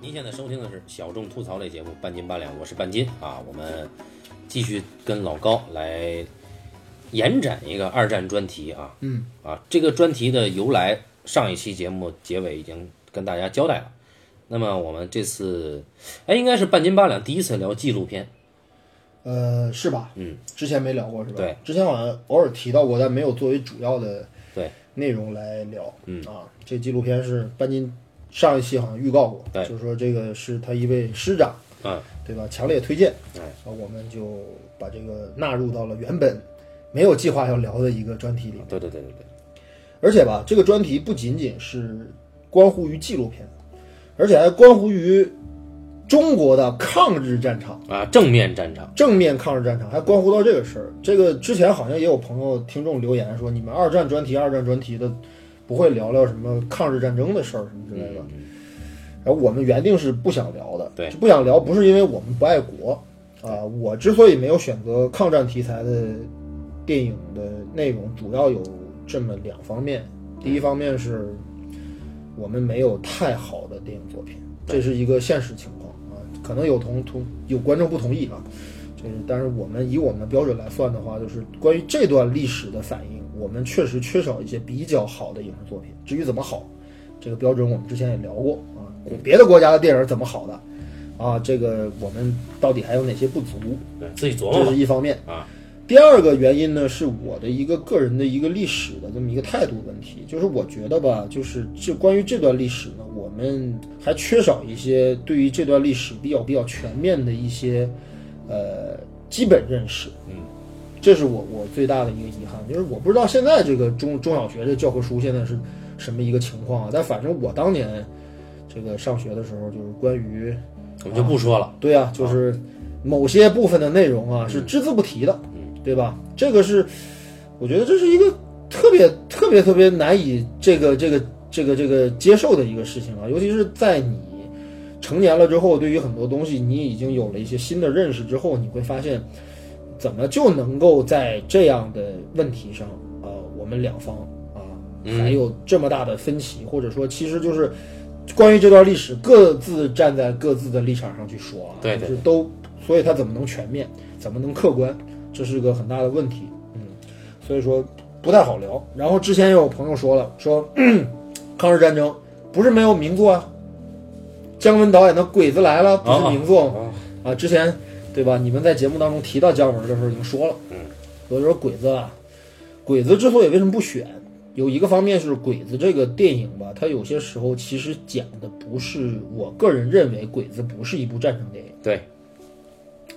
您现在收听的是小众吐槽类节目《半斤八两》，我是半斤啊。我们继续跟老高来延展一个二战专题啊。嗯，啊，这个专题的由来，上一期节目结尾已经跟大家交代了。那么我们这次，哎，应该是半斤八两第一次聊纪录片。呃，是吧？嗯，之前没聊过是吧？对，之前好像偶尔提到过，但没有作为主要的对内容来聊。嗯啊，这纪录片是班金上一期好像预告过，对就是说这个是他一位师长，嗯，对吧？强烈推荐，哎啊，我们就把这个纳入到了原本没有计划要聊的一个专题里。对对对对对，而且吧，这个专题不仅仅是关乎于纪录片，而且还关乎于中国的抗日战场。啊，正面战场，正面抗日战场，还关乎到这个事儿。这个之前好像也有朋友听众留言说，你们二战专题、二战专题的不会聊聊什么抗日战争的事儿什么之类的。然后我们原定是不想聊的，嗯对，不想聊不是因为我们不爱国啊、我之所以没有选择抗战题材的电影的内容，主要有这么两方面。第一方面是我们没有太好的电影作品，这是一个现实情况啊。可能有同同有观众不同意啊，这是但是我们以我们的标准来算的话，就是关于这段历史的反应，我们确实缺少一些比较好的影视作品。至于怎么好，这个标准我们之前也聊过啊，别的国家的电影怎么好的啊，这个我们到底还有哪些不足，对自己琢磨这吧是一方面。啊，第二个原因呢，是我的一个个人的一个历史的这么一个态度问题，就是我觉得吧，就是这关于这段历史呢，我们还缺少一些对于这段历史比较比较全面的一些呃基本认识。嗯，这是我我最大的一个遗憾，就是我不知道现在这个中中小学的教科书现在是什么一个情况啊，但反正我当年这个上学的时候，就是关于我们就不说了。嗯对啊，就是某些部分的内容啊是只字不提的，对吧？这个是，我觉得这是一个特别特别特别难以这个这个这个这个接受的一个事情啊，尤其是在你成年了之后，对于很多东西你已经有了一些新的认识之后，你会发现，怎么就能够在这样的问题上，呃，我们两方啊嗯还有这么大的分歧，或者说其实就是。关于这段历史，各自站在各自的立场上去说啊，对对就是都，所以他怎么能全面，怎么能客观，这是个很大的问题，嗯，所以说不太好聊。然后之前也有朋友说了，说、 嗯抗日战争不是没有名作啊，姜文导演的《鬼子来了》不是名作吗？啊啊，之前对吧？你们在节目当中提到姜文的时候已经说了，嗯，所以说鬼子啊，鬼子之所以为什么不选，有一个方面是鬼子这个电影吧，它有些时候其实讲的不是我个人认为鬼子不是一部战争电影，对，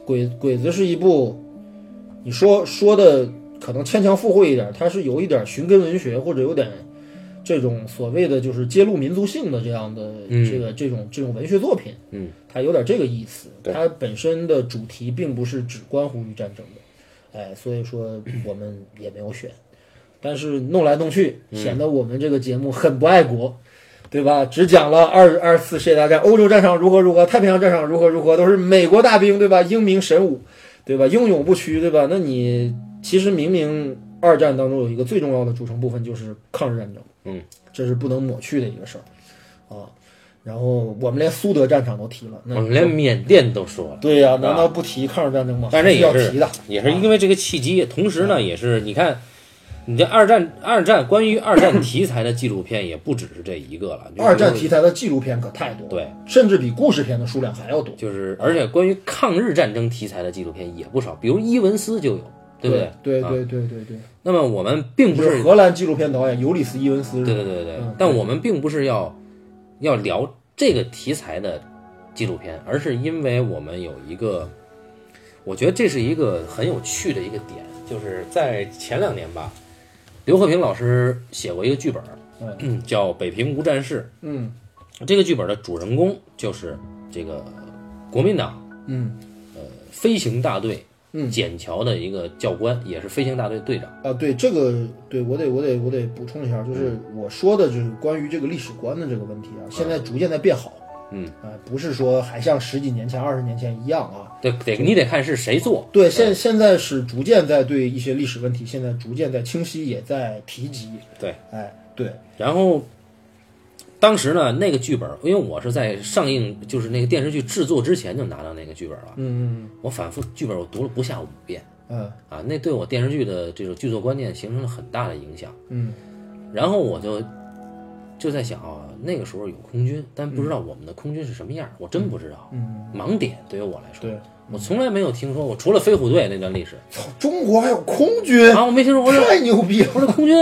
鬼鬼子是一部，你说说的可能牵强附会一点，它是有一点寻根文学或者有点这种所谓的就是揭露民族性的这样的、嗯这个这种这种文学作品，嗯，它有点这个意思，对它本身的主题并不是只关乎于战争的，哎，所以说我们也没有选，但是弄来弄去嗯显得我们这个节目很不爱国。对吧？只讲了二二次世界大战、欧洲战场如何如何、太平洋战场如何如何，都是美国大兵，对吧？英明神武，对吧？英勇不屈，对吧？那你其实明明二战当中有一个最重要的组成部分就是抗日战争，嗯，这是不能抹去的一个事儿啊。然后我们连苏德战场都提了，我那们连缅甸都说了。对呀、难道不提抗日战争吗？啊但是这也还是要提是的，也是因为这个契机，同时嗯呢，也是你看，你这二战二战关于二战题材的纪录片也不只是这一个了，就是二战题材的纪录片可太多了，对，甚至比故事片的数量还要多。就是而且关于抗日战争题材的纪录片也不少，比如伊文斯就有，对不对？对啊对对对对，那么我们并不就是是荷兰纪录片导演尤里斯·伊文斯对对对对，对嗯但我们并不是要要聊这个题材的纪录片，而是因为我们有一个，我觉得这是一个很有趣的一个点，就是在前两年吧，刘和平老师写过一个剧本，嗯， 叫《北平无战事嗯》。这个剧本的主人公就是这个国民党嗯飞行大队嗯笕桥的一个教官，也是飞行大队队长。啊，对这个，对我得我得我得补充一下，就是嗯我说的就是关于这个历史观的这个问题啊，现在逐渐在变好。嗯，啊，不是说还像十几年前、二十年前一样啊。对，得你得看是谁做。对，现现在是逐渐在对一些历史问题，现在逐渐在清晰，也在提及。对，哎，对，然后，当时呢，那个剧本，因为我是在上映，就是那个电视剧制作之前就拿到那个剧本了。嗯我反复剧本我读了不下五遍嗯嗯啊，那对我电视剧的这种剧作观念形成了很大的影响。嗯然后我就就在想啊，那个时候有空军，但不知道我们的空军是什么样，我真不知道。嗯，盲点对于我来说，对，我从来没有听说过，除了飞虎队那段历史操，中国还有空军，啊，我没听说过。我说太牛逼了！我说空军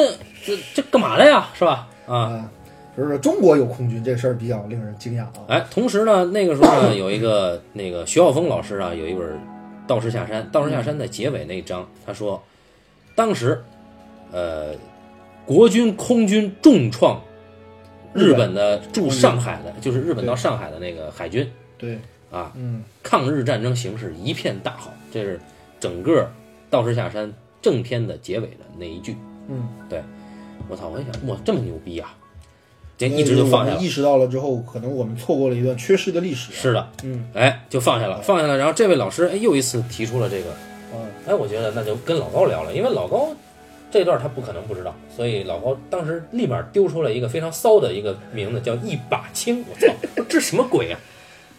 这这干嘛的呀，是吧？啊，啊，就是中国有空军这事儿比较令人惊讶啊。哎，同时呢，那个时候 呢，有一个那个徐浩峰老师啊，有一本《道士下山》，《道士下山》在结尾那一章，他说，当时，呃，国军空军重创日日本本的驻空军上海的，就是日本对到上海的那个海军对，啊，嗯抗日战争形势一片大好，这是整个《道士下山》正片的结尾的那一句。嗯，我操！我一想，哇，这么牛逼啊！这一直就放下哎我了们。意识到了之后，可能我们错过了一段缺失的历史。是的，嗯哎，就放下了，放下了。然后这位老师哎又一次提出了这个，啊，哎，我觉得那就跟老高聊了，因为老高这段他不可能不知道，所以老高当时立马丢出了一个非常骚的一个名字，叫一把青。我操，这什么鬼啊？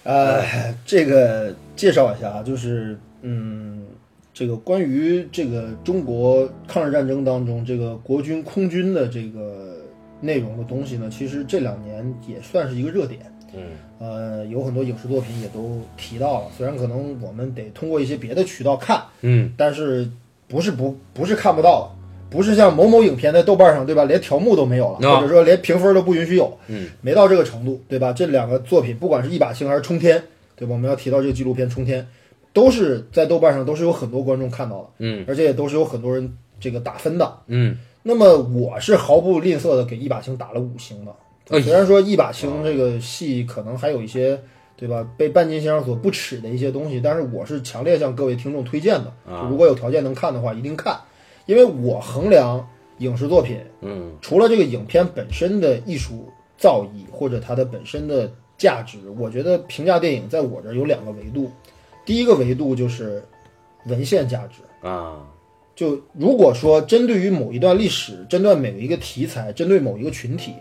呃，这个介绍一下啊，就是嗯，这个关于这个中国抗日战争当中这个国军空军的这个内容的东西呢，其实这两年也算是一个热点。嗯呃，有很多影视作品也都提到了，虽然可能我们得通过一些别的渠道看，嗯，但是不是不不是看不到了，不是像某某影片在豆瓣上对吧，连条目都没有了，啊或者说连评分都不允许有，嗯，没到这个程度，对吧？这两个作品，不管是一把青还是冲天，对吧？我们要提到这个纪录片《冲天》，都是在豆瓣上都是有很多观众看到的，嗯，而且也都是有很多人这个打分的。嗯，那么我是毫不吝啬的给一把青打了五星的，哎虽然说一把青这个戏可能还有一些。对吧？被半斤先生所不耻的一些东西，但是我是强烈向各位听众推荐的。啊如果有条件能看的话，一定看，因为我衡量影视作品，嗯除了这个影片本身的艺术造诣或者它的本身的价值，我觉得评价电影在我这儿有两个维度。第一个维度就是文献价值，啊，就如果说针对于某一段历史、针对某一个题材、针对某一个群体，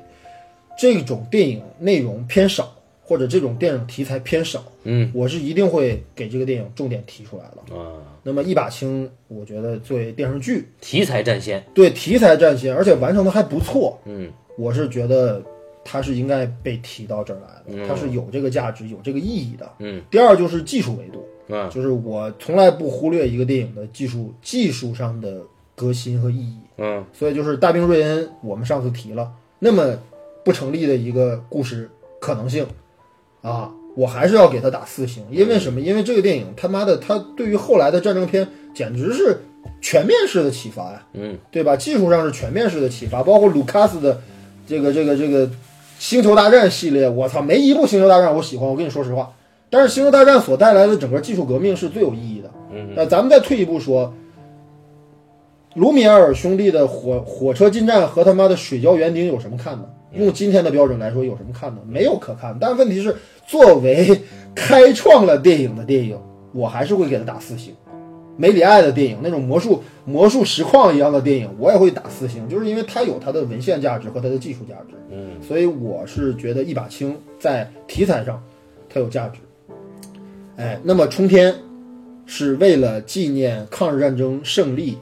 这种电影内容偏少，或者这种电影题材偏少，嗯我是一定会给这个电影重点提出来的。啊，那么《一把青》，我觉得作为电视剧，题材占先。对题材占先，而且完成的还不错，嗯我是觉得它是应该被提到这儿来嗯的，它是有这个价值、有这个意义的。嗯第二就是技术维度，啊就是我从来不忽略一个电影的技术技术上的革新和意义。嗯所以就是大兵瑞恩，我们上次提了，那么不成立的一个故事可能性啊，我还是要给他打四星，嗯因为什么？因为这个电影他妈的，它对于后来的战争片简直是全面式的启发呀、嗯对吧？技术上是全面式的启发，包括卢卡斯的这个这个这个星球大战系列，我操，没一部星球大战我喜欢，我跟你说实话。但是星球大战所带来的整个技术革命是最有意义的。嗯那咱们再退一步说，卢米埃尔兄弟的火火车进站和他妈的水浇园丁有什么看的？嗯用今天的标准来说，有什么看的？没有可看。但问题是，作为开创了电影的电影，我还是会给他打四星。梅里爱的电影那种魔术魔术实况一样的电影，我也会打四星，就是因为它有它的文献价值和它的技术价值。嗯所以我是觉得一把青在题材上它有价值。哎，那么冲天是为了纪念抗日战争胜利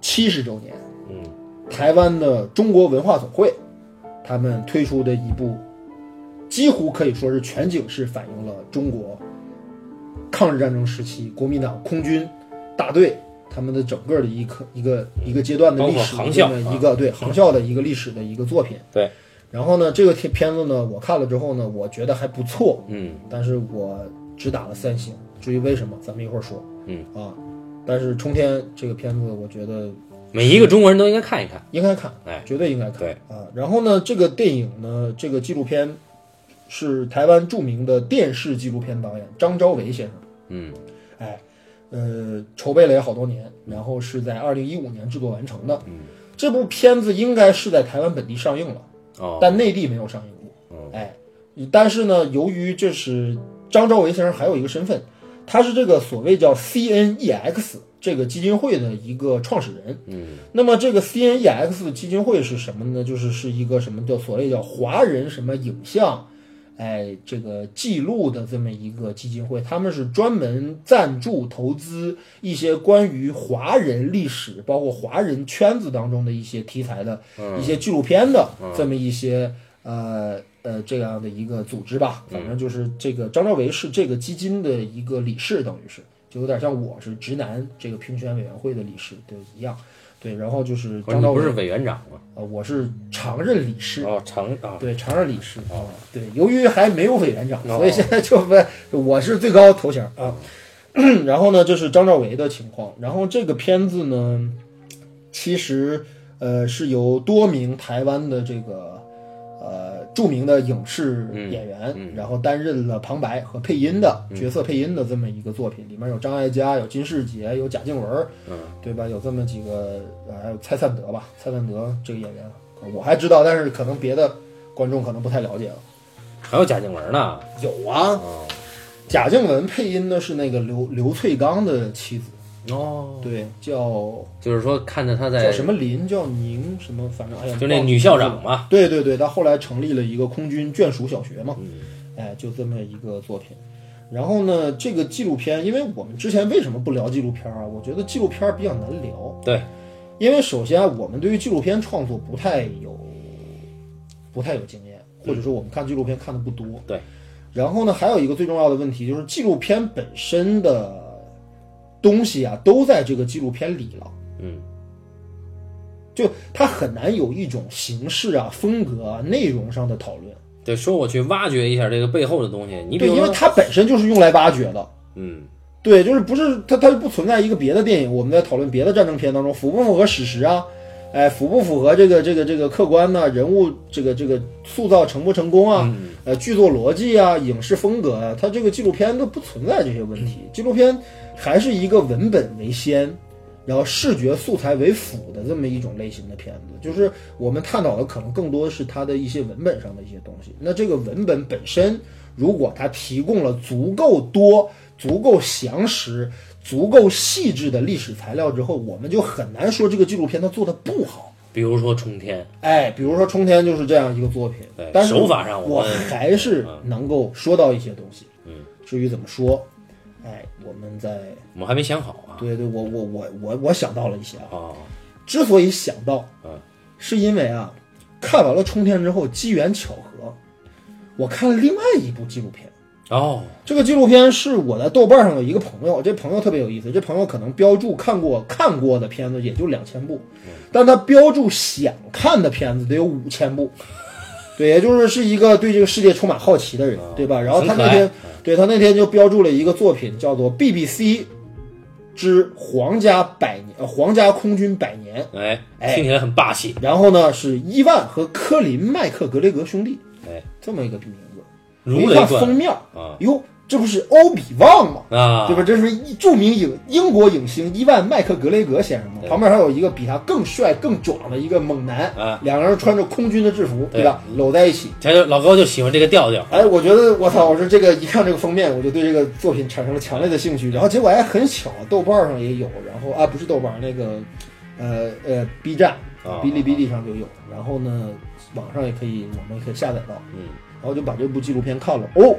七十周年，嗯台湾的中国文化总会他们推出的一部，几乎可以说是全景式反映了中国抗日战争时期国民党空军大队他们的整个的一个一个一个阶段的历嗯包史括航校啊嗯的一个对航校的一个历史的一个作品。对。然后呢，这个片片子呢，我看了之后呢，我觉得还不错，嗯但是我只打了三星。至于为什么，咱们一会儿说。嗯啊，但是《冲天》这个片子，我觉得每一个中国人都应该看一看。应该看，哎，绝对应该看。对啊，然后呢，这个电影呢，这个纪录片是台湾著名的电视纪录片导演张昭维先生，嗯哎，呃，筹备了也好多年，然后是在二零一五年制作完成的。嗯，这部片子应该是在台湾本地上映了。哦但内地没有上映过。哎，但是呢，由于这是张昭维先生还有一个身份，他是这个所谓叫 CNEX E 这个基金会的一个创始人。嗯那么这个 CNEX 基金会是什么呢？就是是一个什么叫所谓叫华人什么影像，哎，这个记录的这么一个基金会，他们是专门赞助投资一些关于华人历史，包括华人圈子当中的一些题材的、嗯一些纪录片的这么一些呃呃这样的一个组织吧。嗯反正就是这个张兆维是这个基金的一个理事，等于是就有点像我是直男这个评选委员会的理事对一样。对，然后就是哦，你张兆不维，是委员长吗？呃，我是常任理事，哦，常啊，对，常任理事啊，对，由于还没有委员长，哦所以现在就问我是最高头衔啊。 然后呢，这是张兆维的情况。然后这个片子呢，其实呃是由多名台湾的这个呃著名的影视嗯演员，然后担任了旁白和配音的、角色配音的这么一个作品，里面有张艾嘉、有金世杰、有贾静雯儿，嗯对吧？有这么几个，呃还有蔡灿德吧？蔡灿德这个演员我还知道，但是可能别的观众可能不太了解了。还有贾静雯呢。有啊，哦贾静雯配音的是那个刘刘翠刚的妻子，哦，对，叫就是说看着他叫在什么林，叫宁什么，反正哎呀，就那忘记女校长嘛，对对对，他后来成立了一个空军眷属小学嘛，哎，就这么一个作品。然后呢，这个纪录片，因为我们之前为什么不聊纪录片啊？我觉得纪录片比较难聊，对，因为首先啊我们对于纪录片创作不太有不太有经验，或者说我们看纪录片看的不多。对，然后呢，还有一个最重要的问题就是纪录片本身的东西啊，都在这个纪录片里了。嗯，就它很难有一种形式啊、风格啊、内容上的讨论，对，说我去挖掘一下这个背后的东西。你比对，如因为说，它本身就是用来挖掘的。嗯，对，就是不是它，它就不存在一个别的电影，我们在讨论别的战争片当中符不符合史实啊，哎，符不符合这个这个这个客观呐、人物这个这个塑造成不成功啊，呃，剧作逻辑啊，影视风格啊，它这个纪录片都不存在这些问题，纪录片还是一个文本为先。然后视觉素材为辅的这么一种类型的片子，就是我们探讨的可能更多是它的一些文本上的一些东西。那这个文本本身，如果它提供了足够多、足够详实、足够细致的历史材料之后，我们就很难说这个纪录片它做的不好。比如说冲天，哎，比如说《冲天》就是这样一个作品对，但是哎手法上我我们还是能够说到一些东西。嗯，至于怎么说，哎，我们在我们还没想好啊。对对，我我我我我想到了一些啊。哦，之所以想到，嗯，是因为啊，看完了《冲天》之后，机缘巧合，我看了另外一部纪录片。哦，这个纪录片是我在豆瓣上有一个朋友，这朋友特别有意思，这朋友可能标注看过看过的片子也就两千部，嗯但他标注想看的片子得有五千部。对，也就是是一个对这个世界充满好奇的人，对吧？然后他啊很可那爱嗯天，对他那天就标注了一个作品，叫做《BBC 之皇家百年呃皇家空军百年》。哎，哎听起来很霸气。然后呢是伊万和科林麦克格雷格兄弟哎，这么一个名字。如一雷看贯封面，啊哟，这不是欧比旺吗？啊，对吧？这是一著名影英国影星伊万麦克格雷格先生吗？旁边还有一个比他更帅更壮的一个猛男，啊两个人穿着空军的制服，对对吧？搂在一起。他就老高就喜欢这个调调。哎，我觉得我操，我说这个一看这个封面，我就对这个作品产生了强烈的兴趣。然后结果还很巧，豆瓣上也有，然后啊不是豆瓣那个，呃呃 B 站啊哔哩哔哩上就有，然后呢网上也可以，我们也可以下载到。嗯，然后就把这部纪录片看了。哦，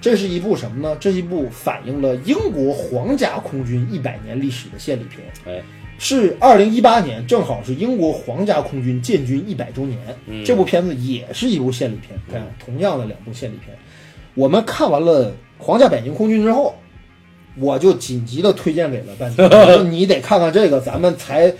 这是一部什么呢？这是一部反映了英国皇家空军一百年历史的献礼片。哎，是二零一八年，正好是英国皇家空军建军一百周年。嗯这部片子也是一部献礼片，看同样的两部献礼片。我们看完了皇家百年空军之后，我就紧急的推荐给了 半天，我说你得看看这个，咱们才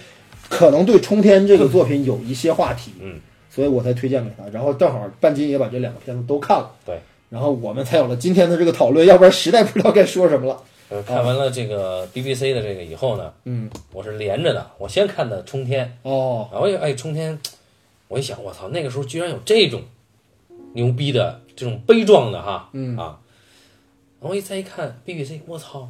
可能对《冲天》这个作品有一些话题。嗯，所以我才推荐给他。然后正好半斤也把这两个片子都看了，对。然后我们才有了今天的这个讨论，要不然实在不知道该说什么了。呃看完了这个 BBC 的这个以后呢，嗯，我是连着的，我先看的《冲天》，哦，然后也哎，冲天，我一想，我操，那个时候居然有这种牛逼的、这种悲壮的哈，嗯啊，然后一再一看 BBC，我操，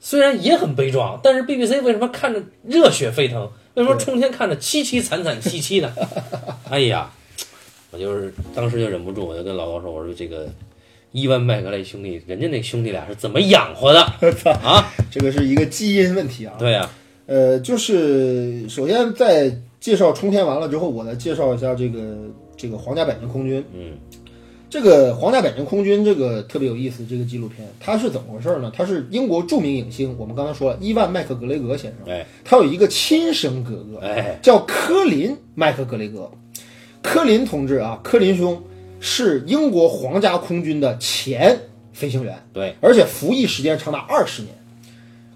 虽然也很悲壮，但是 BBC 为什么看着热血沸腾？为什么冲天看着凄凄惨惨戚戚呢？ 哎呀，我就是当时就忍不住，我就跟老高说，我说这个。伊万麦格雷兄弟，人家那兄弟俩是怎么养活的啊？这个是一个基因问题啊。对呀、呃，就是首先在介绍冲天完了之后，我来介绍一下这个这个皇家百年空军。嗯这个皇家百年空军这个特别有意思，这个纪录片它是怎么回事呢？它是英国著名影星，我们刚才说了，伊万麦克格雷格先生，哎他有一个亲生哥哥，哎，叫科林·麦克格雷格。科林同志啊，科林兄是英国皇家空军的前飞行员，对，而且服役时间长达二十年。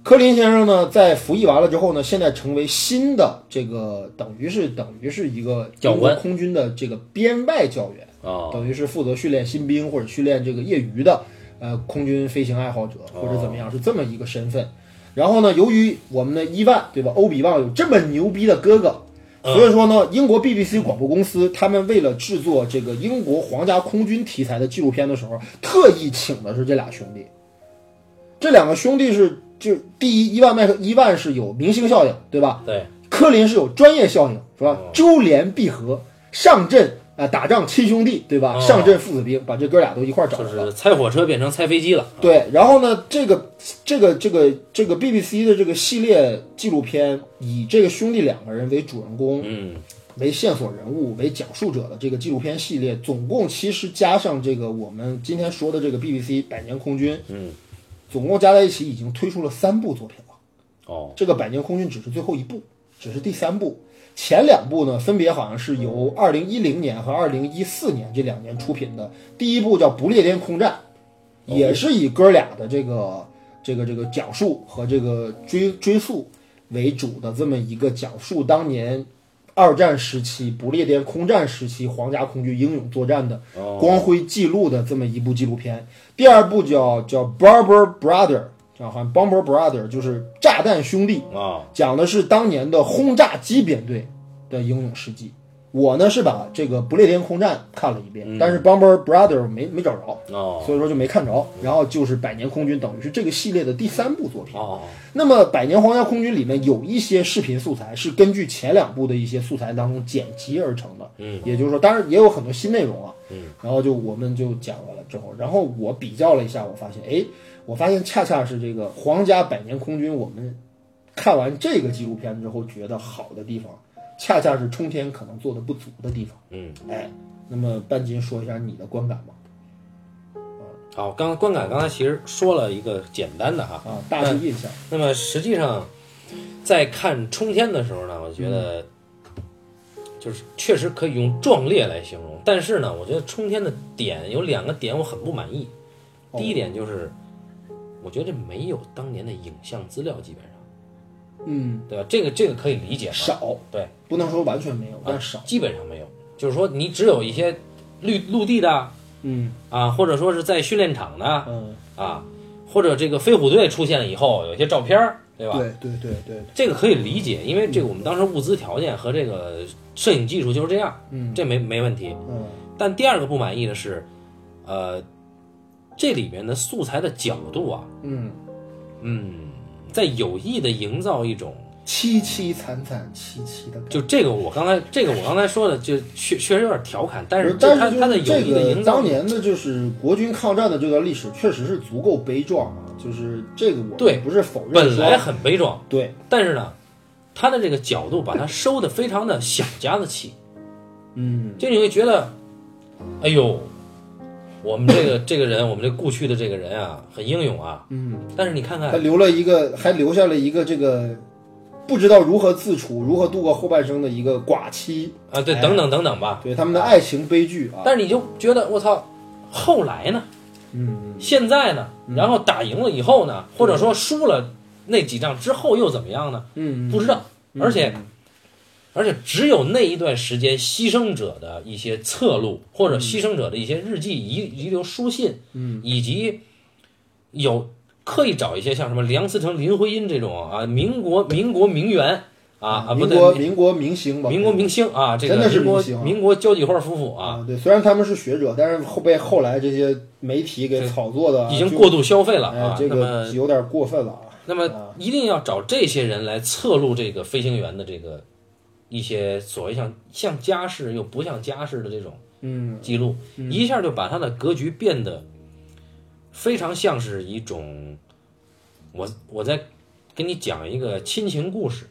科林先生呢，在服役完了之后呢，现在成为新的这个等于是等于是一个教官英国空军的这个编外教员，哦等于是负责训练新兵或者训练这个业余的呃空军飞行爱好者或者怎么样，是这么一个身份。然后呢，由于我们的伊万对吧，欧比旺有这么牛逼的哥哥，所以说呢，英国 BBC 广播公司他们为了制作这个英国皇家空军题材的纪录片的时候，特意请的是这俩兄弟。这两个兄弟是就第一，伊万麦克伊万是有明星效应，对吧？对，科林是有专业效应，是吧？哦珠联璧合，上阵啊、呃打仗亲兄弟，对吧？哦上阵父子兵，把这哥俩都一块儿找就来了。是拆火车变成拆飞机了。对，然后呢，这个这个这个这个 BBC 的这个系列纪录片，以这个兄弟两个人为主人公，嗯，为线索人物、为讲述者的这个纪录片系列，总共其实加上这个我们今天说的这个 BBC 百年空军，嗯，总共加在一起已经推出了三部作品了。哦，这个百年空军只是最后一部，只是第三部。前两部呢，分别好像是由二零一零年和二零一四年这两年出品的。第一部叫《不列颠空战》，哦也是以哥俩的这个这个这个讲述和这个追追溯为主的这么一个讲述当年二战时期、不列颠空战时期皇家空军英勇作战的光辉记录的这么一部纪录片。第二部叫叫《Barber Brother》，啊，好像《Bomber Brother》就是炸弹兄弟，哦，讲的是当年的轰炸机编队的英勇事迹。我呢是把这个不列颠空战看了一遍，但是《Bomber Brother 没》没找着，哦，所以说就没看着。然后就是《百年空军》，等于是这个系列的第三部作品。哦，那么，《百年皇家空军》里面有一些视频素材是根据前两部的一些素材当中剪辑而成的，嗯，也就是说，当然也有很多新内容啊，嗯，然后就我们就讲完了之后，然后我比较了一下，我发现，哎，我发现恰恰是这个《皇家百年空军》，我们看完这个纪录片之后觉得好的地方，恰恰是冲天可能做的不足的地方，嗯，哎，那么半斤说一下你的观感吧，好，哦刚观感刚才其实说了一个简单的哈，啊，大致印象，那么实际上在看冲天的时候呢，我觉得就是确实可以用壮烈来形容，但是呢，我觉得冲天的点有两个点我很不满意，哦第一点就是我觉得这没有当年的影像资料，基本上嗯，对吧？这个这个可以理解啊，少，对，啊不能说完全没有，但少，基本上没有，就是说你只有一些绿陆地的啊嗯啊，或者说是在训练场的啊嗯。啊，或者这个飞虎队出现了以后，有一些照片儿，对吧？对对对对，这个可以理解，因为这个我们当时物资条件和这个摄影技术就是这样，嗯这没没问题。嗯但第二个不满意的是，呃，这里面的素材的角度啊，嗯，嗯，在有意的营造一种，凄凄惨惨戚戚的感觉。就这个我刚才这个我刚才说的，就确确实有点调侃，但是但它是它的就有是这意的个营造当，年的就是国军抗战的这段历史，确实是足够悲壮啊。就是这个我对们不是否认本说来很悲壮，对，但是呢，它的这个角度把它收的非常的小家子气，嗯就你会觉得，哎呦，我们 这个这个人，我们这故去的这个人啊，很英勇啊。嗯，但是你看还看，留了一个，还留下了一个这个不知道如何自处、如何度过后半生的一个寡妻，啊，对，哎等等等等吧。对他们的爱情悲剧啊。但是你就觉得，我操，后来呢？嗯现在呢？然后打赢了以后呢？或者说输了那几仗之后又怎么样呢？嗯，不知道。嗯而且，而且只有那一段时间牺牲者的一些侧录，或者牺牲者的一些日记遗遗留书信，嗯，以及有刻意找一些像什么梁思成、林徽因这种啊，民国民国名媛啊啊，不嗯民对，国民国明星吧，民国明星啊，这个真的是民国明星啊民国交际花夫妇啊，啊，对，虽然他们是学者，但是后被后来这些媒体给炒作的啊已经就过度消费了哎啊，，这那个么有点过分了啊。那么一定要找这些人来侧录这个飞行员的这个一些所谓像像家世又不像家世的这种嗯记录，一下就把他的格局变得非常像是一种，我我在跟你讲一个亲情故事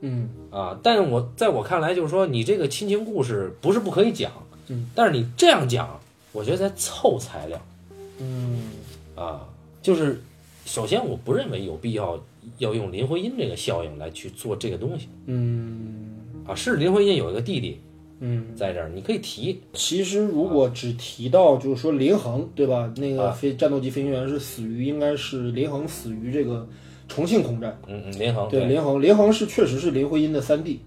嗯啊，但是我在我看来就是说，你这个亲情故事不是不可以讲，嗯，但是你这样讲，我觉得在凑材料嗯啊，就是首先我不认为有必要要用林徽因这个效应来去做这个东西嗯啊，是林徽因有一个弟弟嗯。在这儿，你可以提，其实如果只提到就是说林恒对吧？那个飞战斗机飞行员是死于，应该是林恒死于这个重庆空战。嗯嗯，林恒对，林恒，林恒是确实是林徽因的三弟，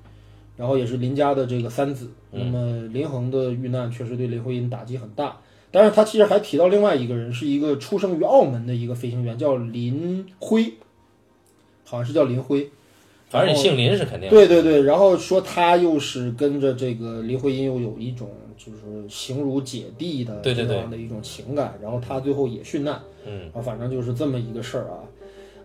然后也是林家的这个三子。那么林恒的遇难确实对林徽因打击很大，但是他其实还提到另外一个人，是一个出生于澳门的一个飞行员，叫林辉，好像是叫林辉。反正你姓林是肯定的，对对对，然后说他又是跟着这个林徽因又有一种就是形如姐弟的对对这对样的一种情感，然后他最后也殉难，嗯啊，反正就是这么一个事儿啊，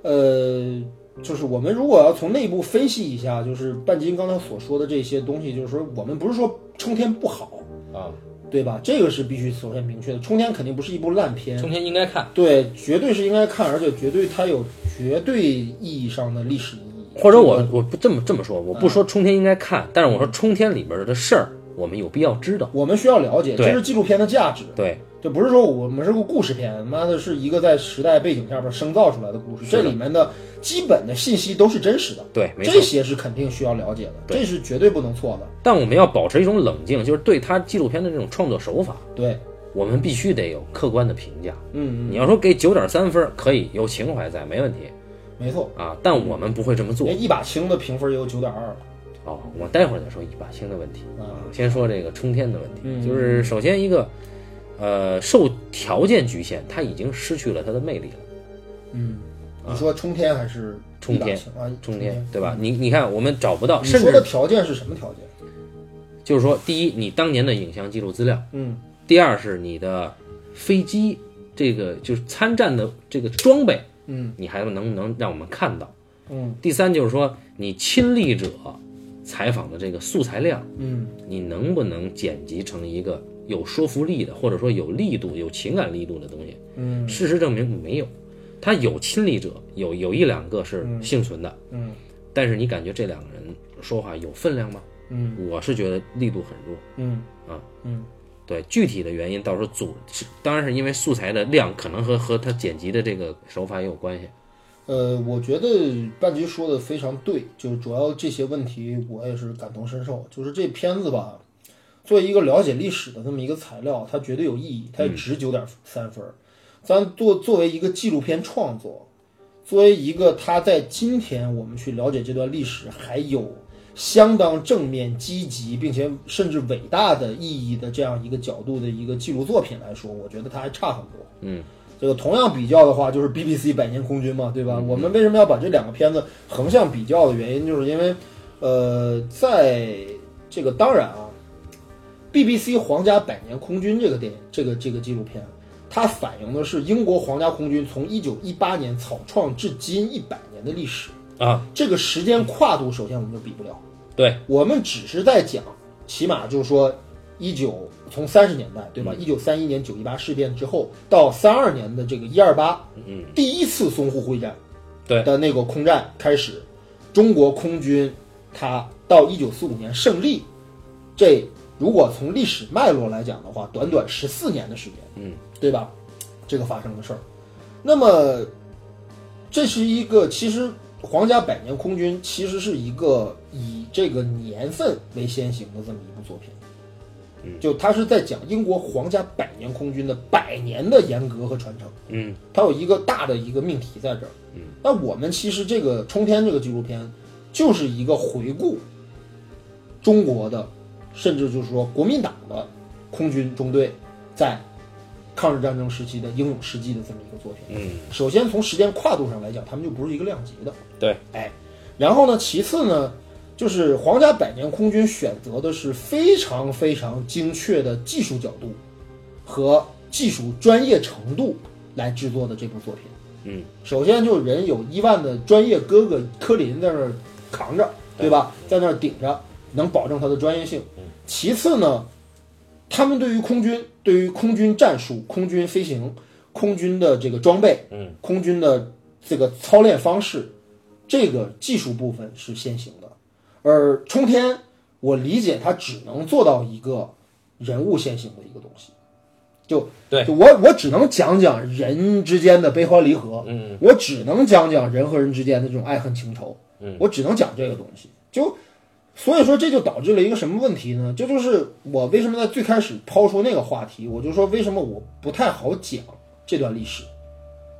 呃。就是我们如果要从内部分析一下，就是半斤刚才所说的这些东西，就是说我们不是说冲天不好，啊，对吧？这个是必须首先明确的，冲天肯定不是一部烂片，中间应该看，对，绝对是应该看，而且绝对它有绝对意义上的历史意义。或者我我不这么这么说，我不说冲天应该看，但是我说冲天里边的事儿，我们有必要知道。我们需要了解，对这是纪录片的价值。对，这不是说我们是个故事片，妈的是一个在时代背景下边生造出来的故事，是这的里面的基本的信息都是真实的，对，没这错。些是肯定需要了解的，对这是绝对不能错的。但我们要保持一种冷静，就是对他纪录片的这种创作手法，对，我们必须得有客观的评价。嗯，你要说给九点三分，可以有情怀在，没问题没错。啊。但我们不会这么做连一把青的评分也有九点二了哦。我待会儿再说一把星的问题，啊，先说这个冲天的问嗯题，就是首先一个，呃，受条件局限，它已经失去了它的魅力了。嗯，你说冲天还是啊冲天一把青啊？中天间，对吧？你你看，我们找不到，你甚说的至条件是什么条件？就是说，第一，你当年的影像记录资料；嗯第二是你的飞机这个就是参战的这个装备，嗯你还能不能让我们看到？嗯第三就是说，你亲历者采访的这个素材量，嗯你能不能剪辑成一个有说服力的，或者说有力度、有情感力度的东西？嗯事实证明没有，他有亲历者，有有一两个是幸存的，嗯但是你感觉这两个人说话有分量吗？嗯我是觉得力度很弱。嗯啊嗯对具体的原因，到时候组是当然是因为素材的量可能和和他剪辑的这个手法也有关系。呃，我觉得半局说的非常对，就是主要这些问题我也是感同身受。就是这片子吧，作为一个了解历史的这么一个材料，它绝对有意义，它也值九点三分儿。咱作作为一个纪录片创作，作为一个它在今天我们去了解这段历史还有相当正面、积极，并且甚至伟大的意义的这样一个角度的一个记录作品来说，我觉得它还差很多。这个同样比较的话，就是 BBC《百年空军》嘛，对吧？我们为什么要把这两个片子横向比较的原因，就是因为，呃，在这个当然啊，BBC《皇家百年空军》这个电影，这个这个纪录片，它反映的是英国皇家空军从1918年草创至今一百年的历史。啊，这个时间跨度，首先我们就比不了。对，我们只是在讲，起码就是说，一九从三十年代对吧？一九三一年九一八事变之后，到三二年的这个一二八，嗯，第一次淞沪会战，对的那个空战开始，中国空军它到一九四五年胜利，这如果从历史脉络来讲的话，短短十四年的时间，嗯，对吧？这个发生的事儿，那么这是一个其实皇家百年空军其实是一个以这个年份为先行的这么一部作品。嗯就它是在讲英国皇家百年空军的百年的沿革和传承，嗯它有一个大的一个命题在这儿。嗯，那我们其实这个冲天这个纪录片就是一个回顾中国的，甚至就是说国民党的空军中队在抗日战争时期的英勇事迹的这么一个作品。嗯，首先从时间跨度上来讲，他们就不是一个量级的。对，哎，然后呢，其次呢，就是皇家百年空军选择的是非常非常精确的技术角度和技术专业程度来制作的这部作品。嗯，首先就人有伊万的专业哥哥科林在那儿扛着，对吧？在那儿顶着，能保证他的专业性。嗯其次呢，他们对于空军、对于空军战术、空军飞行、空军的这个装备，嗯，空军的这个操练方式，这个技术部分是先行的。而冲天，我理解它只能做到一个人物先行的一个东西，就对就我我只能讲讲人之间的悲欢离合，嗯，我只能讲讲人和人之间的这种爱恨情仇，嗯，我只能讲这个东西，就。所以说，这就导致了一个什么问题呢？这就是我为什么在最开始抛出那个话题，我就说为什么我不太好讲这段历史。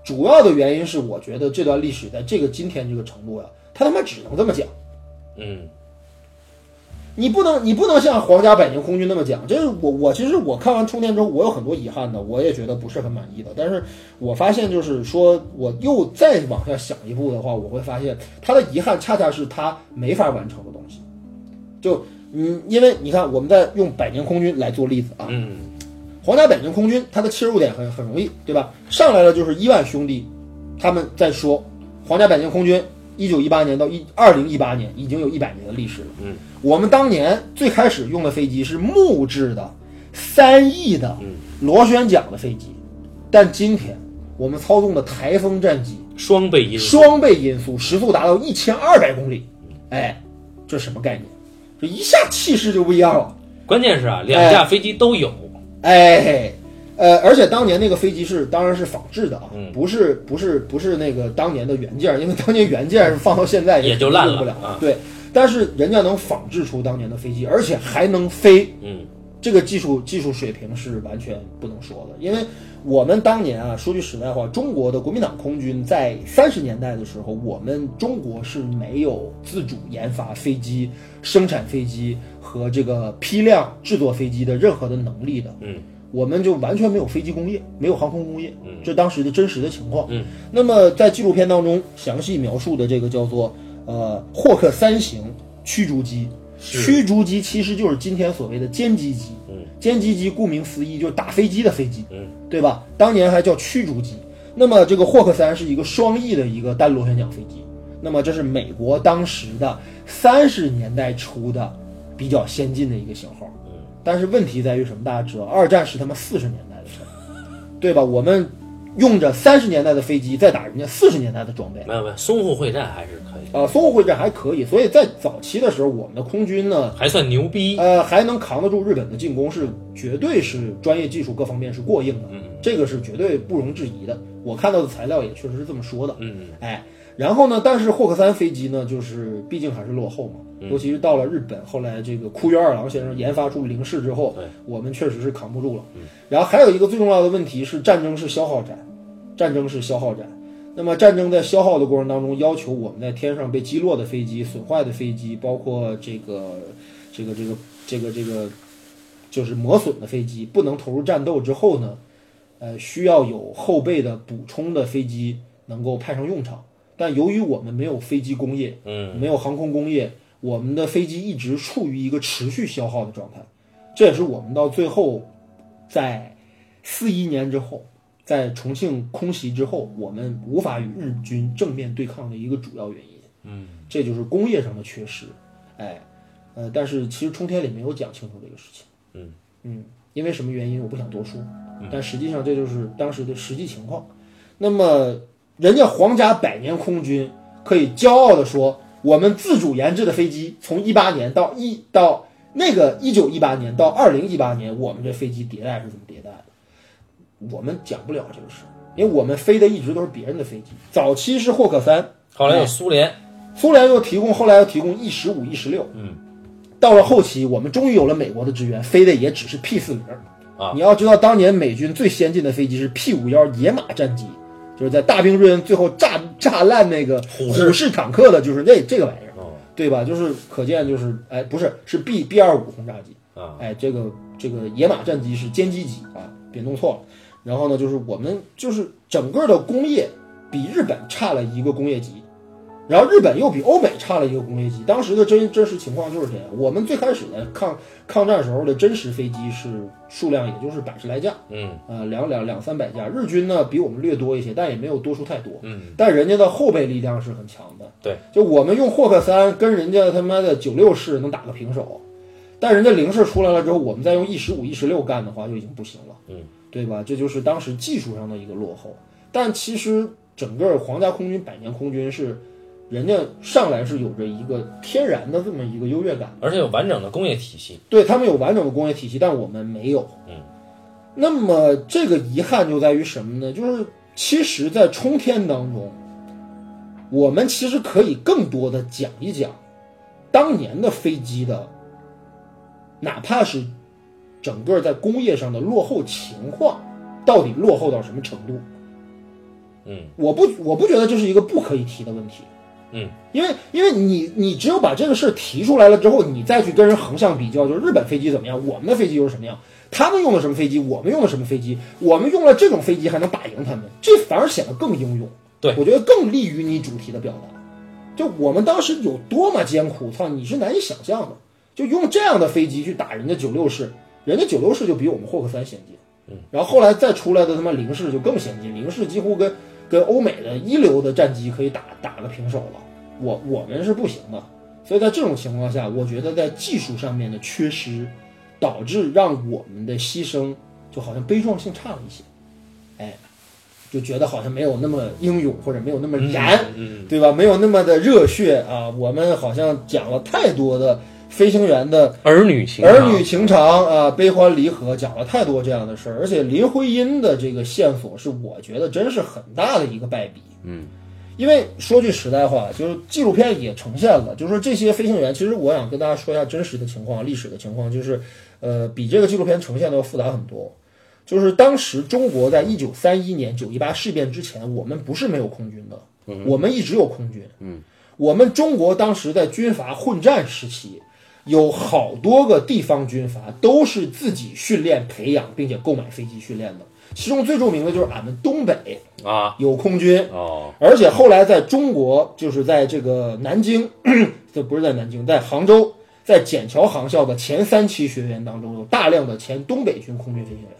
主要的原因是，我觉得这段历史在这个今天这个程度呀、啊他他妈只能这么讲。嗯，你不能，你不能像皇家百年空军那么讲。这是我，我其实我看完《充电》之后，我有很多遗憾的，我也觉得不是很满意的。但是我发现，就是说我又再往下想一步的话，我会发现他的遗憾恰恰是他没法完成的东西。就嗯，因为你看，我们在用百年空军来做例子啊，嗯，皇家百年空军它的切入点很很容易，对吧？上来了就是伊万兄弟，他们在说皇家百年空军。一九一八年到一二零一八年，已经有一百年的历史了。嗯，我们当年最开始用的飞机是木质的、三翼的、螺旋桨的飞机，但今天我们操纵的台风战机双倍音速，双倍音速，时速达到一千二百公里，哎，这什么概念？这一下气势就不一样了。关键是啊，两架飞机都有，哎，呃，而且当年那个飞机是当然是仿制的啊，嗯不是不是不是那个当年的原件儿，因为当年原件儿放到现在也就肯定烂用不了了啊对，但是人家能仿制出当年的飞机，而且还能飞，嗯这个技术技术水平是完全不能说的，因为我们当年啊，说句实在话，中国的国民党空军在三十年代的时候，我们中国是没有自主研发飞机、生产飞机和这个批量制作飞机的任何的能力的，嗯，我们就完全没有飞机工业，没有航空工业，嗯这当时的真实的情况，嗯，那么在纪录片当中详细描述的这个叫做呃霍克三型驱逐机。是驱逐机其实就是今天所谓的歼击机，嗯歼击机顾名思义就是打飞机的飞机，嗯，对吧？当年还叫驱逐机。那么这个霍克三是一个双翼的一个单螺旋桨飞机，那么这是美国当时的三十年代初的比较先进的一个型号。嗯，但是问题在于什么？大家知道，二战是他妈四十年代的事儿，对吧？我们用着三十年代的飞机在打人家四十年代的装备，没有没有，淞沪会战还是可以，啊，淞沪会战还可以，所以在早期的时候，我们的空军呢，还算牛逼，呃，还能扛得住日本的进攻，是绝对是专业技术各方面是过硬的，这个是绝对不容置疑的。我看到的材料也确实是这么说的。嗯，哎，然后呢，但是霍克三飞机呢，就是毕竟还是落后嘛，嗯尤其是到了日本，后来这个库约二郎先生研发出零式之后对，嗯我们确实是扛不住了。然后还有一个最重要的问题是，战争是消耗战，战争是消耗战。那么战争在消耗的过程当中，要求我们在天上被击落的飞机、损坏的飞机，包括这个、这个、这个、这个、这个，就是磨损的飞机，不能投入战斗之后呢，呃，需要有后备的补充的飞机能够派上用场。但由于我们没有飞机工业，嗯，没有航空工业，我们的飞机一直处于一个持续消耗的状态，这也是我们到最后，在四一年之后，在重庆空袭之后，我们无法与日军正面对抗的一个主要原因。嗯，这就是工业上的缺失。哎，呃，但是其实冲天里没有讲清楚这个事情。嗯嗯，因为什么原因我不想多说，但实际上这就是当时的实际情况。那么，人家皇家百年空军可以骄傲地说，我们自主研制的飞机，从一八年到一到那个一九一八年到二零一八年，我们这飞机迭代是怎么迭代的？我们讲不了这个事，因为我们飞的一直都是别人的飞机。早期是霍克三，后哎来有苏联，苏联又提供，后来又提供 E 十五、E 十六。嗯，到了后期，我们终于有了美国的支援，飞的也只是 P 四零。啊你要知道，当年美军最先进的飞机是 P 五幺野马战机，就是在大兵瑞恩最后炸炸烂那个虎式虎式坦克的，就是那这个玩意儿，哦对吧？就是可见，就是哎，不是是 B B 二五轰炸机。啊，哎，这个这个野马战机是歼击机啊，别弄错了。然后呢，就是我们就是整个的工业比日本差了一个工业级，然后日本又比欧美差了一个工业级。当时的真真实情况就是这样。我们最开始的抗抗战时候的真实飞机是数量也就是百十来架，嗯呃，两两两三百架。日军呢比我们略多一些，但也没有多出太多。嗯，但人家的后备力量是很强的。对，就我们用霍克三跟人家他妈的九六式能打个平手，但人家零式出来了之后，我们再用 E 十五、E 十六干的话就已经不行了。嗯，对吧？这就是当时技术上的一个落后。但其实整个皇家空军、百年空军是，人家上来是有着一个天然的这么一个优越感。而且有完整的工业体系，对他们有完整的工业体系，但我们没有。嗯，那么这个遗憾就在于什么呢？就是其实，在冲天当中，我们其实可以更多的讲一讲当年的飞机的，哪怕是整个在工业上的落后情况，到底落后到什么程度？嗯我不，我不觉得这是一个不可以提的问题。嗯，因为因为你你只有把这个事儿提出来了之后，你再去跟人横向比较，就是日本飞机怎么样，我们的飞机又是什么样，他们用的什么飞机，我们用的什么飞机，我们用了这种飞机还能打赢他们，这反而显得更英勇。对我觉得更利于你主题的表达。就我们当时有多么艰苦，操，你是难以想象的。就用这样的飞机去打人家九六式，人家九六式就比我们霍克三先进。嗯，然后后来再出来的他妈零式就更先进，零式几乎跟跟欧美的一流的战机可以打打个平手了。我我们是不行的，所以在这种情况下，我觉得在技术上面的缺失，导致让我们的牺牲就好像悲壮性差了一些，哎，就觉得好像没有那么英勇或者没有那么燃，嗯，对吧？没有那么的热血啊！我们好像讲了太多的飞行员的儿女情儿长女情长啊，悲欢离合，讲了太多这样的事儿。而且林徽因的这个线索是，我觉得真是很大的一个败笔。嗯，因为说句实在话，就是纪录片也呈现了，就是说这些飞行员，其实我想跟大家说一下真实的情况、历史的情况，就是呃，比这个纪录片呈现的要复杂很多。就是当时中国在一九三一年九一八事变之前，我们不是没有空军的，我们一直有空军。嗯，我们中国当时在军阀混战时期，有好多个地方军阀都是自己训练、培养，并且购买飞机训练的。其中最著名的就是俺们东北啊，有空军，哦，而且后来在中国，就是在这个南京， 这不是在南京，在杭州，在笕桥航校的前三期学员当中，有大量的前东北军空军飞行员，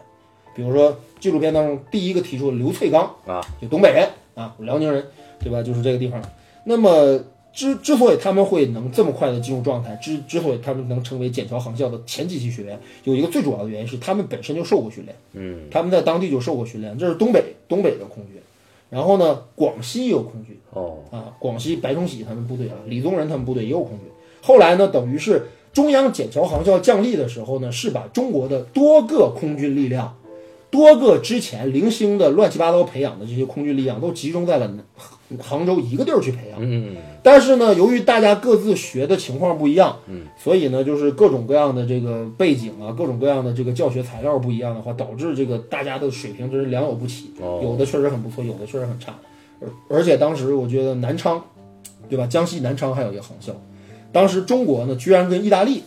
比如说纪录片当中第一个提出的刘翠刚啊，就东北人啊，辽宁人，对吧？就是这个地方。那么之之所以他们会能这么快的进入状态，之之所以他们能成为笕桥航校的前几期学员，有一个最主要的原因是他们本身就受过训练。嗯，他们在当地就受过训练，这是东北东北的空军，然后呢，广西也有空军哦，啊，广西白崇禧他们部队啊，李宗仁他们部队也有空军。后来呢，等于是中央笕桥航校降历的时候呢，是把中国的多个空军力量，多个之前零星的乱七八糟培养的这些空军力量都集中在了杭杭州一个地儿去培养。嗯，但是呢，由于大家各自学的情况不一样，嗯，所以呢，就是各种各样的这个背景啊，各种各样的这个教学材料不一样的话，导致这个大家的水平真是良莠不齐，哦有的确实很不错，有的确实很差。而而且当时我觉得南昌，对吧？江西南昌还有一个航校，当时中国呢居然跟意大利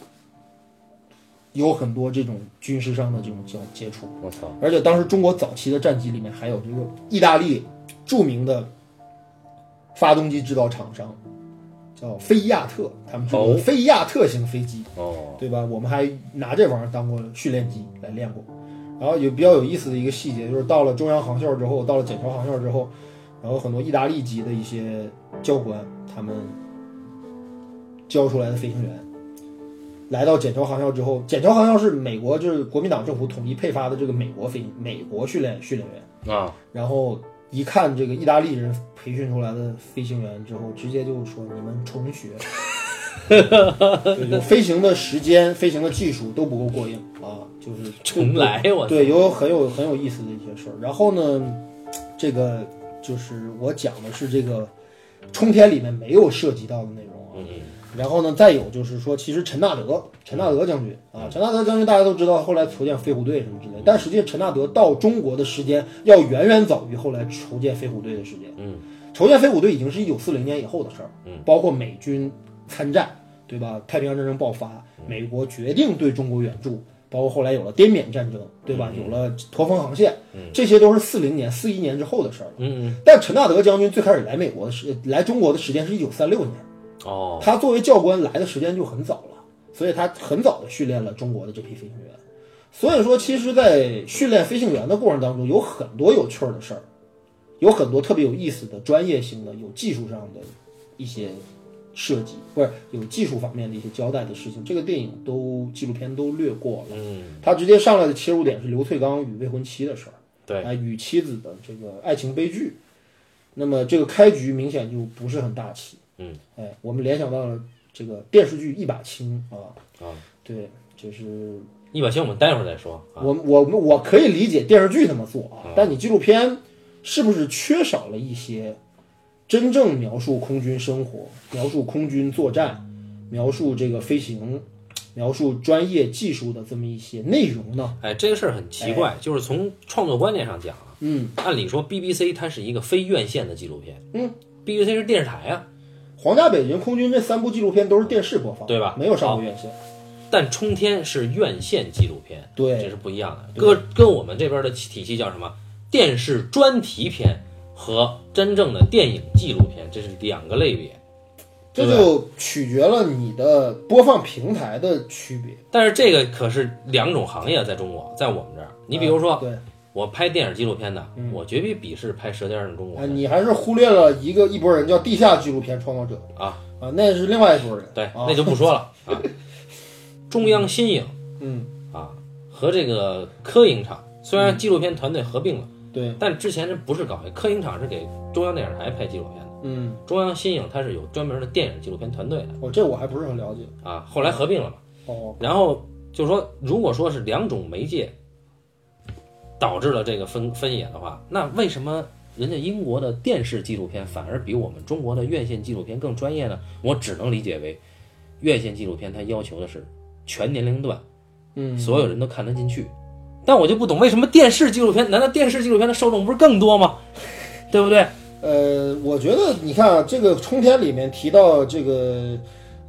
有很多这种军事上的这种交接触，我操，而且当时中国早期的战机里面还有这个意大利著名的发动机制造厂商，叫菲亚特，他们制造哦的菲亚特型飞机，哦，对吧？我们还拿这玩意儿当过训练机来练过。然后有比较有意思的一个细节，就是到了中央航校之后，到了笕桥航校之后，然后很多意大利籍的一些教官，他们教出来的飞行员，来到笕桥航校之后，笕桥航校是美国就是国民党政府统一配发的这个美国飞美国训练训练员，啊，然后一看这个意大利人培训出来的飞行员之后，直接就说你们重学， 对，就飞行的时间、飞行的技术都不够过硬啊，就是重来，我操，对，有很有很有意思的一些事儿。然后呢，这个就是我讲的是这个冲天里面没有涉及到的内容啊。嗯，然后呢，再有就是说，其实陈纳德，陈纳德将军啊，陈纳德将军大家都知道，后来筹建飞虎队什么之类的，但实际陈纳德到中国的时间要远远早于后来筹建飞虎队的时间。嗯，筹建飞虎队已经是一九四零年以后的事儿。嗯，包括美军参战，对吧？太平洋战争爆发，嗯美国决定对中国援助，包括后来有了滇缅战争，对吧？嗯有了驼峰航线，这些都是四零年、四一年之后的事儿了。嗯嗯，但陈纳德将军最开始来美国的时，来中国的时间是一九三六年。哦，他作为教官来的时间就很早了，所以他很早的训练了中国的这批飞行员。所以说，其实，在训练飞行员的过程当中，有很多有趣儿的事儿，有很多特别有意思的专业性的、有技术上的一些设计，不是有技术方面的一些交代的事情，这个电影都纪录片都略过了。嗯，他直接上来的切入点是刘翠刚与未婚妻的事儿，对，啊，与妻子的这个爱情悲剧。那么这个开局明显就不是很大气，嗯，哎，我们联想到了这个电视剧《一把青》啊，啊，对，就是一把星我们待会儿再说啊。我我们我可以理解电视剧这么做啊，但你纪录片是不是缺少了一些真正描述空军生活、描述空军作战、描述这个飞行、描述专业技术的这么一些内容呢？哎，这个事儿很奇怪，就是从创作观念上讲啊，嗯，按理说 BBC 它是一个非院线的纪录片，嗯，BBC 是电视台啊，皇家北京空军这三部纪录片都是电视播放，对吧哦没有上过院线。但冲天是院线纪录片，对这是不一样的。跟跟我们这边的体系叫什么？电视专题片和真正的电影纪录片，这是两个类别。这对就取决了你的播放平台的区别。但是这个可是两种行业，在中国，在我们这儿，你比如说，啊对，我拍电影纪录片的，嗯我绝对鄙视拍《舌尖上的中国啊，》你还是忽略了一个一拨人叫地下纪录片创造者啊，啊，那是另外一拨人。对，啊那就不说了啊。中央新影嗯，啊和这个科影厂虽然纪录片团队合并了，对，但之前这不是搞的，科影厂是给中央电视台拍纪录片的，嗯，中央新影它是有专门的电影纪录片团队的哦，这我还不是很了解。啊，后来合并了嘛。哦，然后就是说，如果说是两种媒介导致了这个分分野的话，那为什么人家英国的电视纪录片反而比我们中国的院线纪录片更专业呢？我只能理解为，院线纪录片它要求的是全年龄段，嗯，所有人都看得进去。但我就不懂为什么电视纪录片，难道电视纪录片的受众不是更多吗？ 对不对？呃，我觉得你看啊，这个冲天里面提到这个，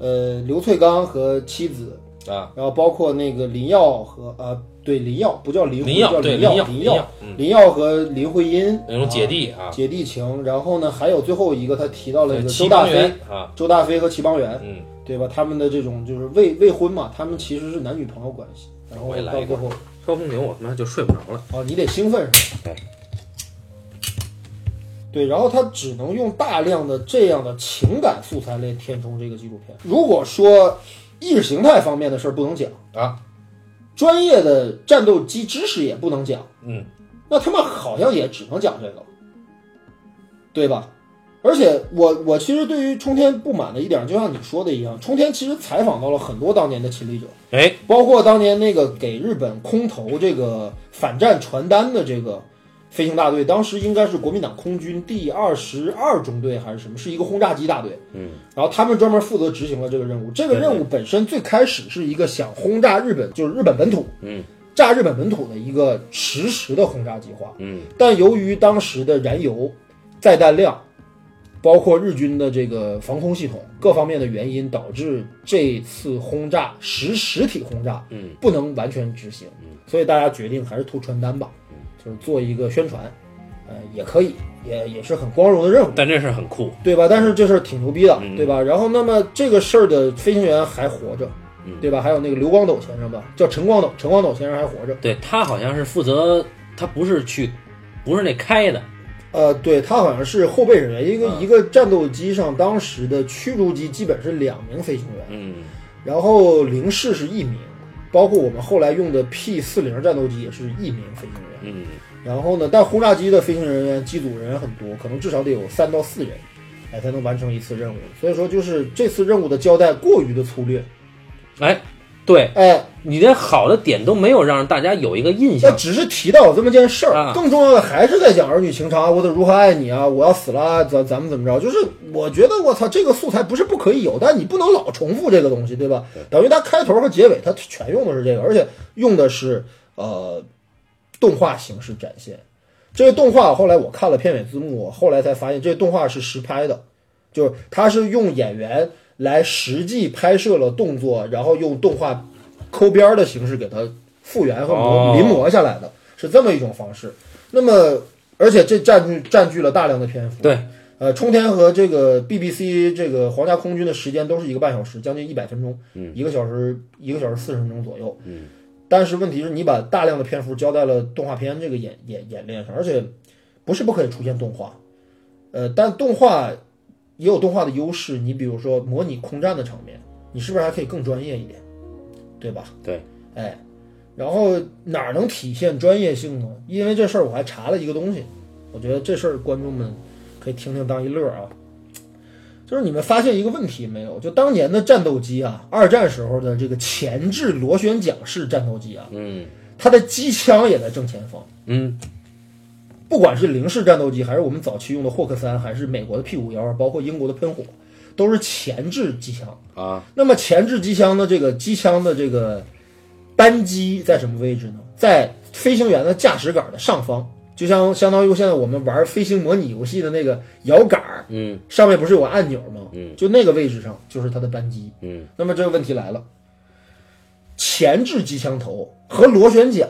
呃，刘翠刚和妻子，啊，然后包括那个林耀和啊，对，林耀不叫林辉，林耀叫对林耀，林林耀，嗯，林耀和林徽因那种姐弟啊，姐弟情。然后呢，还有最后一个他提到了一对个齐周大邦飞媛，啊，周大飞和齐邦媛，嗯，对吧？他们的这种就是未未婚嘛，他们其实是男女朋友关系。然后我也来到一最后，高公牛我他妈就睡不着了。哦，你得兴奋是吧？对。对，然后他只能用大量的这样的情感素材来填充这个纪录片。如果说意识形态方面的事儿不能讲啊，专业的战斗机知识也不能讲，嗯，那他妈好像也只能讲这个了，对吧？而且我我其实对于冲天不满的一点，就像你说的一样，冲天其实采访到了很多当年的亲历者，哎，包括当年那个给日本空投这个反战传单的这个飞行大队，当时应该是国民党空军第二十二中队还是什么，是一个轰炸机大队。嗯，然后他们专门负责执行了这个任务。这个任务本身最开始是一个想轰炸日本，就是日本本土，嗯，炸日本本土的一个实时的轰炸计划。嗯，但由于当时的燃油、载弹量，包括日军的这个防空系统各方面的原因，导致这次轰炸实实体轰炸，嗯，不能完全执行，所以大家决定还是投传单吧，嗯就是做一个宣传，呃，也可以，也也是很光荣的任务，但这事儿很酷，对吧？但是这事儿挺牛逼的嗯，对吧？然后那么这个事儿的飞行员还活着嗯，对吧？还有那个刘光斗先生吧，叫陈光斗，陈光斗先生还活着。对他好像是负责，他不是去，不是那开的，呃，对他好像是后备人员，因为嗯一个战斗机上当时的驱逐机基本是两名飞行员，嗯，然后零式是一名，包括我们后来用的 P 四零战斗机也是一名飞行员。嗯，然后呢，但轰炸机的飞行人员机组人员很多，可能至少得有三到四人，哎，才能完成一次任务。所以说，就是这次任务的交代过于的粗略，哎，对哎，你连好的点都没有让大家有一个印那象，只是提到有这么件事啊儿，更重要的还是在讲儿女情长，我得如何爱你啊，我要死了啊，咱咱们怎么着？就是我觉得我操，这个素材不是不可以有，但你不能老重复这个东西，对吧？等于它开头和结尾它全用的是这个，而且用的是呃动画形式展现。这个动画后来我看了片尾字幕，我后来才发现这个动画是实拍的，就是它是用演员来实际拍摄了动作，然后用动画抠边儿的形式给它复原和哦磨临摹下来的，是这么一种方式。那么，而且这占据占据了大量的篇幅。对，呃，冲天和这个 BBC 这个皇家空军的时间都是一个半小时，将近一百分钟，嗯一个小时一个小时四十分钟左右，嗯。但是问题是你把大量的篇幅交代了动画片这个演演演练上，而且不是不可以出现动画，呃，但动画也有动画的优势。你比如说模拟空战的场面，你是不是还可以更专业一点，对吧？对，哎，然后哪儿能体现专业性呢？因为这事儿我还查了一个东西，我觉得这事儿观众们可以听听当一乐啊。就是你们发现一个问题没有？就当年的战斗机啊，二战时候的这个前置螺旋桨式战斗机啊，嗯它的机枪也在正前方。嗯不管是零式战斗机，还是我们早期用的霍克三，还是美国的 P 五幺二，包括英国的喷火，都是前置机枪。啊，那么前置机枪的这个机枪的这个扳机在什么位置呢？在飞行员的驾驶杆的上方，就像相当于现在我们玩飞行模拟游戏的那个摇杆儿嗯上面不是有个按钮吗？嗯，就那个位置上就是它的扳机。嗯那么这个问题来了，前置机枪头和螺旋桨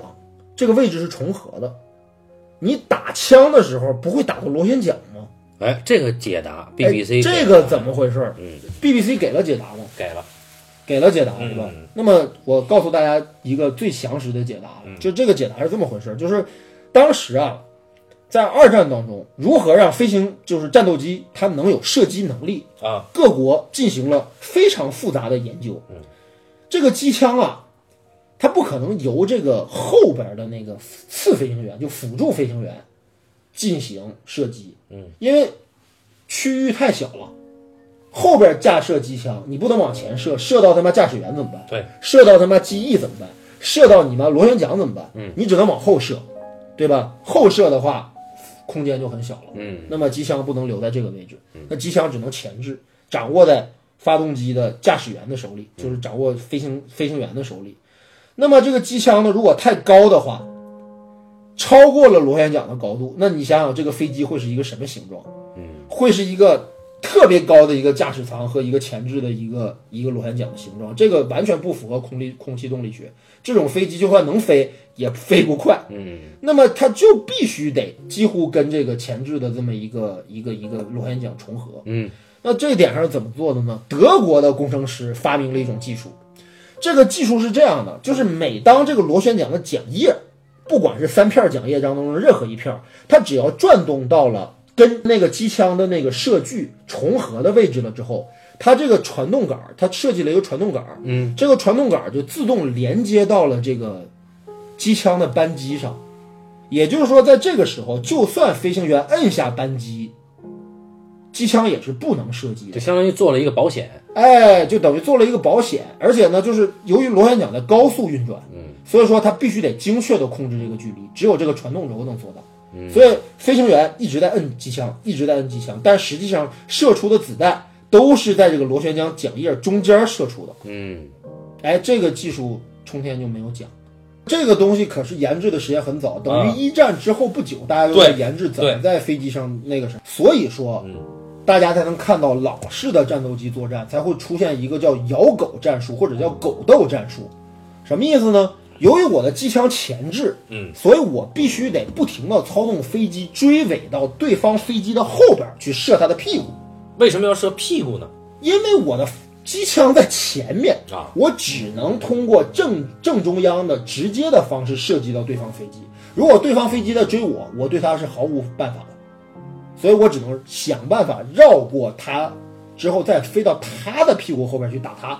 这个位置是重合的，你打枪的时候不会打到螺旋桨吗？哎，这个解答哎 BBC 这个怎么回事？嗯 b b c 给了解答吗？给了？给了解答是吧？那么我告诉大家一个最详实的解答，就这个解答是这么回事，就是当时啊，在二战当中，如何让飞行就是战斗机它能有射击能力，啊，各国进行了非常复杂的研究。这个机枪啊，它不可能由这个后边的那个次飞行员，就辅助飞行员进行射击。嗯，因为区域太小了，后边架设机枪，你不能往前射，射到他妈驾驶员怎么办？对，射到他妈机翼怎么办？射到你妈螺旋桨怎么办？嗯，你只能往后射，对吧？后射的话，空间就很小了。嗯，那么机枪不能留在这个位置，那机枪只能前置，掌握在发动机的驾驶员的手里，就是掌握飞行飞行员的手里。那么这个机枪呢，如果太高的话，超过了螺旋桨的高度，那你想想这个飞机会是一个什么形状？嗯，会是一个特别高的一个驾驶舱和一个前置的一个一个螺旋桨的形状，这个完全不符合空力空气动力学。这种飞机就算能飞，也飞不快。嗯那么它就必须得几乎跟这个前置的这么一个一个一个螺旋桨重合。嗯那这一点上是怎么做的呢？德国的工程师发明了一种技术，这个技术是这样的，就是每当这个螺旋桨的桨叶，不管是三片桨叶当中的任何一片，它只要转动到了跟那个机枪的那个射距重合的位置了之后，它这个传动杆，它设计了一个传动杆，嗯，这个传动杆就自动连接到了这个机枪的扳机上。也就是说，在这个时候，就算飞行员摁下扳机，机枪也是不能射击的就。相当于做了一个保险。哎，就等于做了一个保险，而且呢，就是由于螺旋桨在高速运转，嗯，所以说它必须得精确的控制这个距离，只有这个传动轴能做到。所以飞行员一直在摁机枪，一直在摁机枪，但实际上射出的子弹都是在这个螺旋桨桨叶中间射出的。嗯哎，这个技术冲天就没有讲。这个东西可是研制的时间很早，等于啊一战之后不久，大家就在对研制怎么对嗯在飞机上那个什么。所以说，大家才能看到老式的战斗机作战才会出现一个叫“咬狗战术”或者叫“狗斗战术”。什么意思呢？由于我的机枪前置，嗯，所以我必须得不停的操纵飞机追尾到对方飞机的后边儿去射它的屁股，为什么要射屁股呢？因为我的机枪在前面啊我只能通过正正中央的直接的方式射击到对方飞机。如果对方飞机在追我，我对他是毫无办法的，所以我只能想办法绕过他，之后再飞到他的屁股后边去打他。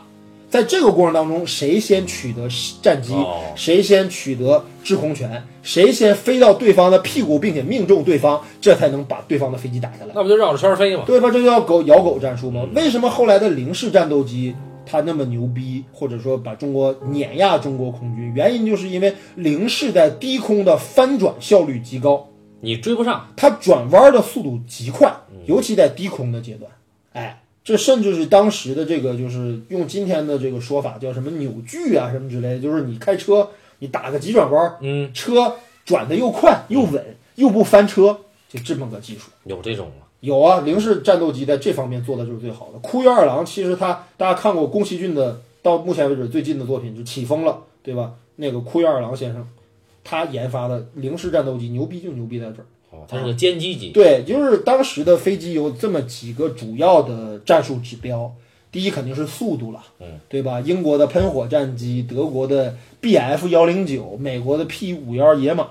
在这个过程当中，谁先取得战机，哦谁先取得制空权，谁先飞到对方的屁股并且命中对方，这才能把对方的飞机打下来。那不就绕着圈儿飞吗？对吧？这就叫狗咬狗战术吗？为什么后来的零式战斗机它那么牛逼，或者说把中国碾压中国空军？原因就是因为零式在低空的翻转效率极高，你追不上。它转弯的速度极快，尤其在低空的阶段，哎。这甚至是当时的这个，就是用今天的这个说法叫什么扭矩啊，什么之类的，就是你开车，你打个急转弯，嗯，车转的又快又稳，又不翻车，就这么个技术。有这种吗？有啊，零式战斗机在这方面做的就是最好的。枯原二郎其实他大家看过宫崎骏的到目前为止最近的作品就起风了，对吧？那个枯原二郎先生，他研发的零式战斗机牛逼就牛逼在这儿。哦，它是个歼击机。对，就是当时的飞机有这么几个主要的战术指标，第一肯定是速度了，嗯，对吧？英国的喷火战机，德国的 B F 幺零九，美国的 P 五幺野马，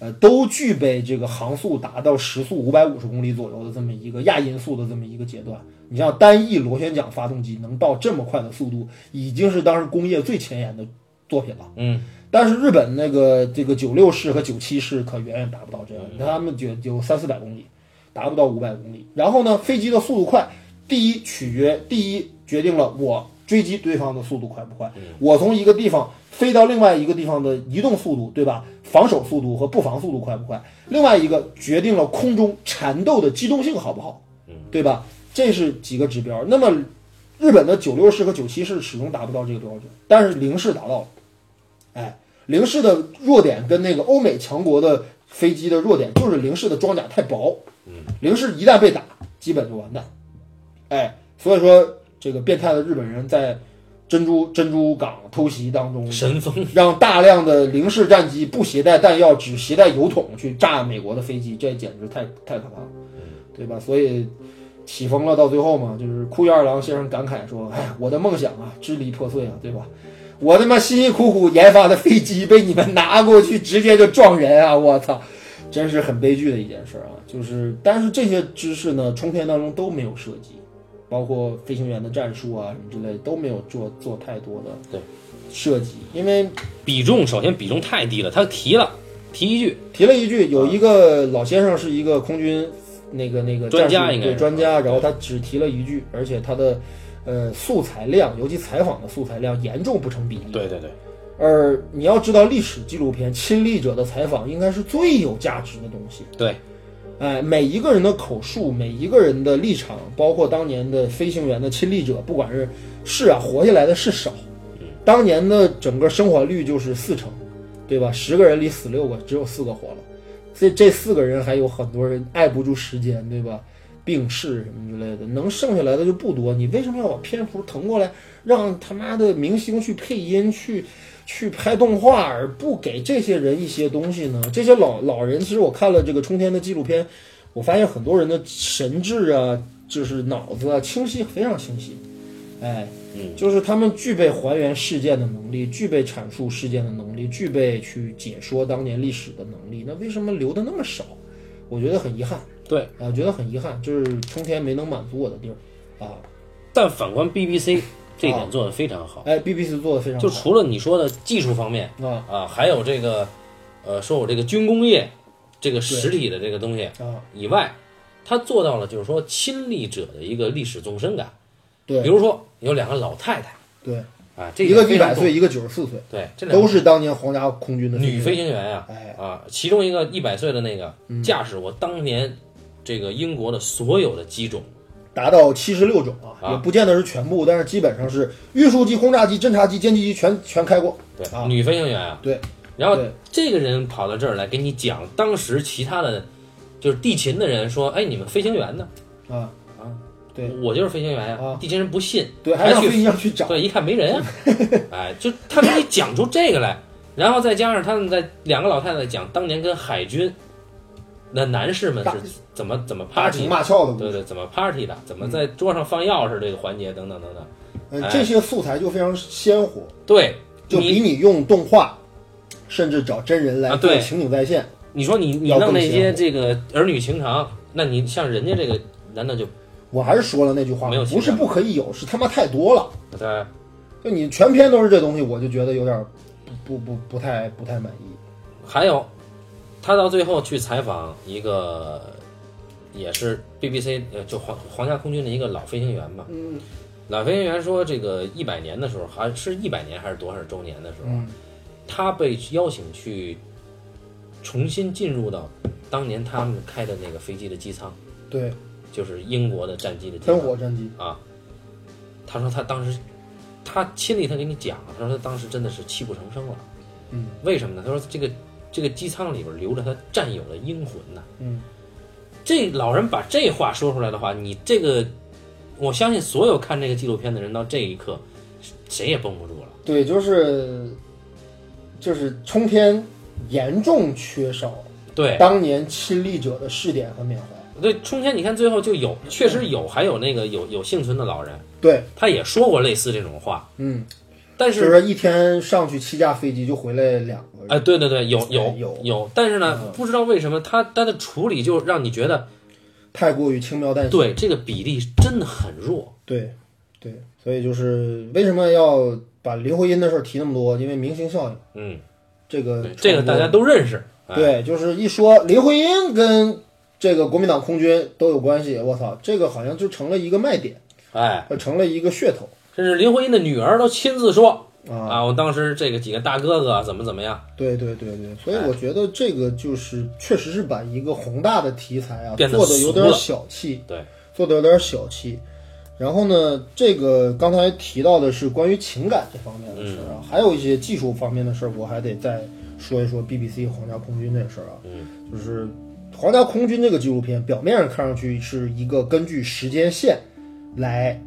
呃，都具备这个航速达到时速五百五十公里左右的这么一个亚音速的这么一个阶段。你像单翼螺旋桨发动机能到这么快的速度，已经是当时工业最前沿的作品了。嗯，但是日本那个这个九六式和九七式可远远达不到这样，他们就就三四百公里，达不到五百公里。然后呢，飞机的速度快，第一取决第一决定了我追击对方的速度快不快。我从一个地方飞到另外一个地方的移动速度，对吧？防守速度和不防速度快不快？另外一个决定了空中缠斗的机动性好不好，对吧？这是几个指标。那么日本的九六式和九七式始终达不到这个标准，但是零式达到了。哎，零式的弱点跟那个欧美强国的飞机的弱点就是零式的装甲太薄，零式一旦被打，基本就完蛋。哎，所以说这个变态的日本人在珍珠珍珠港偷袭当中，神风让大量的零式战机不携带弹药，只携带油桶去炸美国的飞机，这简直太太可怕了，对吧？所以起风了，到最后嘛，就是库伊二郎先生感慨说：“哎，我的梦想啊，支离破碎啊，对吧？我他妈辛辛苦苦研发的飞机被你们拿过去，直接就撞人啊！我操，真是很悲剧的一件事啊！就是，但是这些知识呢，冲天当中都没有涉及。”包括飞行员的战术啊什么之类都没有做做太多的对设计，因为比重首先比重太低了，他提了提一句，提了一句，有一个老先生是一个空军那个那个专家战术应该对是专家，然后他只提了一句，而且他的呃素材量，尤其采访的素材量严重不成比例。对对对，而你要知道，历史纪录片亲历者的采访应该是最有价值的东西。对，哎，每一个人的口述，每一个人的立场，包括当年的飞行员的亲历者，不管是是啊，活下来的是少，当年的整个生还率就是四成，对吧？十个人里死六个，只有四个活了。这这四个人还有很多人挨不住时间，对吧？病逝什么之类的，能剩下来的就不多。你为什么要把篇幅腾过来，让他妈的明星去配音、去去拍动画，而不给这些人一些东西呢？这些老老人，其实我看了这个冲天的纪录片，我发现很多人的神智啊，就是脑子啊，清晰非常清晰。哎，嗯，就是他们具备还原事件的能力，具备阐述事件的能力，具备去解说当年历史的能力。那为什么留的那么少？我觉得很遗憾。对，啊，我觉得很遗憾，就是冲天没能满足我的地儿啊。但反观 BBC 这一啊点做得非常好，哎，BBC 做的非常好，就除了你说的技术方面啊啊，还有这个呃，说我这个军工业这个实体的这个东西啊，以外，他做到了就是说亲历者的一个历史纵深感。比对如说有两个老太太对，啊，这一个非一常百重要，岁，一个九十四岁，对，这两个都是当年皇家空军的女飞飞行员呀、哎嗯啊，其中一个一百岁的那个驾驶我当年这个英国的所有的机种，达到七十六种啊，啊也不见得是全部，但是基本上是运输机、轰炸机、侦察机、歼击机全全开过。对，啊女飞行员啊，对，然后对这个人跑到这儿来给你讲当时其他的，就是地勤的人说，哎，你们飞行员呢？啊对我就是飞行员呀、啊地勤人不信，对，还还让去飞机上去找，对，一看没人 啊，哎，就他给你讲出这个来，然后再加上他们在两个老太太讲当年跟海军那男士们大是怎么怎么打 party，情的骂嗯俏的故对事。对，怎么 party 的，怎么在桌上放钥匙这个环节等等等等，嗯哎，这些素材就非常鲜活，对，就你比你用动画，甚至找真人来啊做对情景再现，你说你你要弄更那鲜些活这个儿女情长，那你像人家这个，难道就我还是说了那句话没有，不情是感不可以有，是他妈太多了。对？就你全篇都是这东西，我就觉得有点儿不不不不太不太满意。还有，他到最后去采访一个，也是 BBC 呃，就皇皇家空军的一个老飞行员嘛。嗯老飞行员说，这个一百年的时候，还是一百年还是多少周年的时候，嗯他被邀请去重新进入到当年他们开的那个飞机的机舱，对，就是英国的战机的机舱喷。火战机，啊，他说他当时，他亲历他给你讲，他说他当时真的是泣不成声了。嗯，为什么呢？他说这个这个机舱里边留着他战友的英魂呐。嗯，这老人把这话说出来的话，你这个，我相信所有看这个纪录片的人到这一刻，谁也绷不住了。对，就是就是冲天严重缺少对当年亲历者的试点和缅怀。对，冲天，你看最后就有，确实有，还有那个有有幸存的老人，对，他也说过类似这种话。嗯，但就是是一天上去七架飞机就回来两个人。哎，对对对，有哎有有嗯有，但是呢，不知道为什么他他的处理就让你觉得，太过于轻描淡写。对这个比例真的很弱。对对，所以就是为什么要把林徽因的事儿提那么多？因为明星效应，嗯，这个对这个传播大家都认识。哎，呃对，就是一说林徽因跟这个国民党空军都有关系，我操，这个好像就成了一个卖点，哎，呃成了一个噱头甚至林徽因的女儿都亲自说啊。啊，我当时这个几个大哥哥怎么怎么样，对对对对，所以哎我觉得这个就是确实是把一个宏大的题材啊变得做的有俗点了小气，对，做的有点小气。然后呢，这个刚才提到的是关于情感这方面的事嗯儿啊，还有一些技术方面的事儿，我还得再说一说 BBC 皇家空军这事儿啊。嗯，就是皇家空军这个纪录片，表面上看上去是一个根据时间线来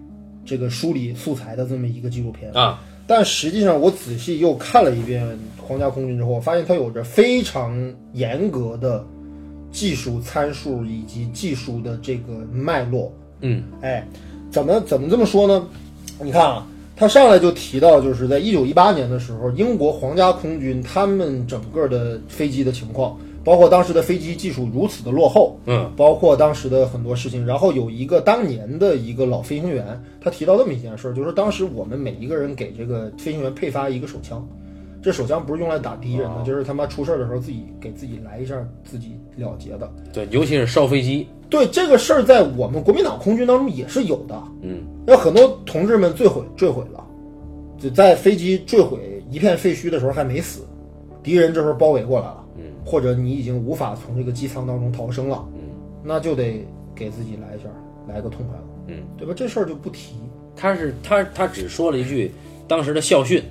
这个梳理素材的这么一个纪录片啊，但实际上我仔细又看了一遍皇家空军之后，我发现它有着非常严格的技术参数以及技术的这个脉络。嗯，哎，怎么怎么这么说呢？你看啊，他上来就提到，就是在一九一八年的时候，英国皇家空军他们整个的飞机的情况，包括当时的飞机技术如此的落后，嗯，包括当时的很多事情。然后有一个当年的一个老飞行员，他提到这么一件事儿，就是当时我们每一个人给这个飞行员配发一个手枪。这手枪不是用来打敌人哦的，就是他妈出事儿的时候自己给自己来一下，自己了结的。对，尤其是烧飞机，对这个事儿，在我们国民党空军当中也是有的，嗯，让很多同志们坠毁坠毁了，就在飞机坠毁一片废墟的时候还没死，敌人这时候包围过来了，嗯，或者你已经无法从这个机舱当中逃生了，嗯，那就得给自己来一下，来个痛快了，嗯，对吧？这事儿就不提，他是他他只说了一句当时的校训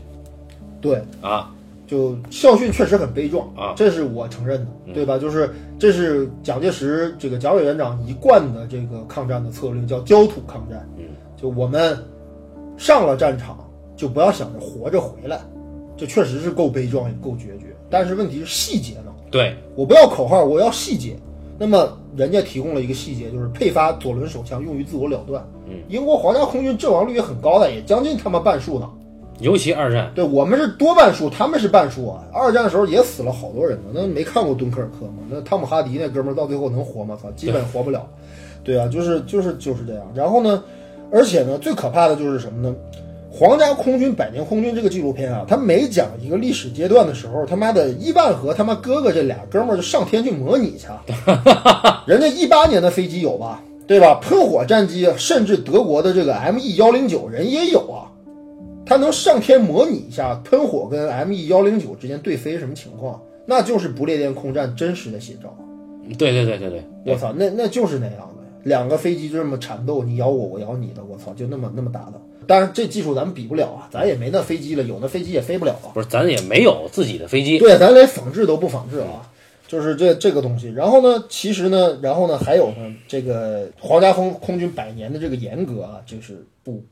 对，啊，就校训确实很悲壮啊嗯这是我承认的，对吧？就是这是蒋介石这个蒋委员长一贯的这个抗战的策略，叫焦土抗战。嗯，就我们上了战场，就不要想着活着回来，这确实是够悲壮也够决绝。但是问题是细节呢？对，我不要口号，我要细节。那么人家提供了一个细节，就是配发左轮手枪用于自我了断。嗯，英国皇家空军阵亡率也很高的，也将近他妈半数呢。尤其二战，对我们是多半数，他们是半数啊。二战的时候也死了好多人呢，那没看过敦刻尔克吗？那汤姆哈迪那哥们儿到最后能活吗？操，基本活不了。对啊，就是就是就是这样。然后呢，而且呢，最可怕的就是什么呢？皇家空军百年空军这个纪录片啊，他每讲一个历史阶段的时候，他妈的伊万和他妈哥哥这俩哥们儿就上天去模拟去，人家一八年的飞机有吧，对吧？喷火战机，甚至德国的这个 M E 幺零九人也有啊，他能上天模拟一下喷火跟 M E 幺零九之间对飞什么情况，那就是不列颠空战真实的写照。对对对对对，我操，那那就是那样的，两个飞机就这么缠斗，你咬我，我咬你的，我操，就那么那么打的。当然，这技术咱们比不了啊，咱也没那飞机了，有那飞机也飞不了啊。不是咱也没有自己的飞机，嗯对，咱连仿制都不仿制啊，就是这这个东西。然后呢，其实呢，然后呢，还有呢，这个皇家空空军百年的这个严格啊，这是不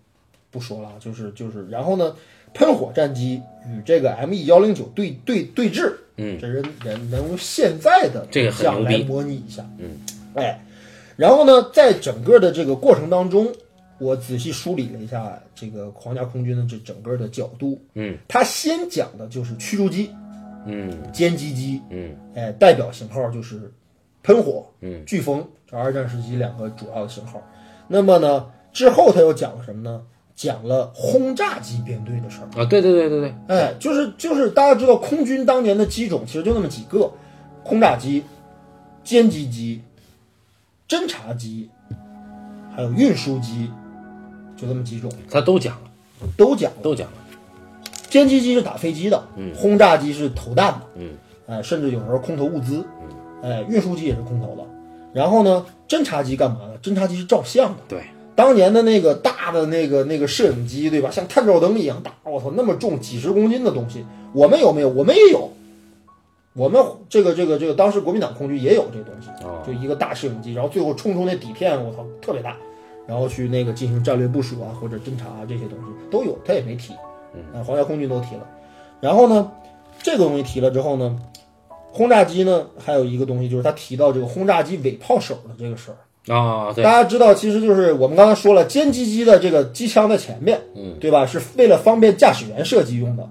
不说了啊，就是就是，然后呢，喷火战机与这个 M E 幺零九对对对峙，嗯，这人人能用现在的这个很像牛来逼模拟一下，嗯，哎，然后呢，在整个的这个过程当中。我仔细梳理了一下这个皇家空军的这整个的角度，嗯，他先讲的就是驱逐机，嗯歼击机，嗯，哎，代表型号就是喷火、嗯、飓风，这二战时期两个主要的型号。那么呢，之后他又讲了什么呢？讲了轰炸机编队的事儿。啊，对对对对对，哎，就是就是大家知道空军当年的机种其实就那么几个，轰炸机、歼击机、侦察机，还有运输机，就这么几种他都讲了，都讲了。都讲了，歼击机是打飞机的，轰炸机是投弹的，嗯，哎、甚至有时候空投物资，嗯，哎、运输机也是空投的。然后呢，侦察机干嘛呢？侦察机是照相的。对，当年的那个大的那个那个摄影机，对吧？像探照灯一样大，我操，那么重，几十公斤的东西，我们有没有？我们也有。我们这个这个这个，当时国民党空军也有这东西，哦就一个大摄影机，然后最后冲出那底片，我操，特别大，然后去那个进行战略部署啊，或者侦察啊这些东西都有，他也没提，嗯，皇家空军都提了。然后呢，这个东西提了之后呢，轰炸机呢，还有一个东西就是他提到这个轰炸机尾炮手的这个事儿，啊，对大，家知道，其实就是我们刚才说了，歼击机的这个机枪的前面，嗯，对吧？是为了方便驾驶员射击用的。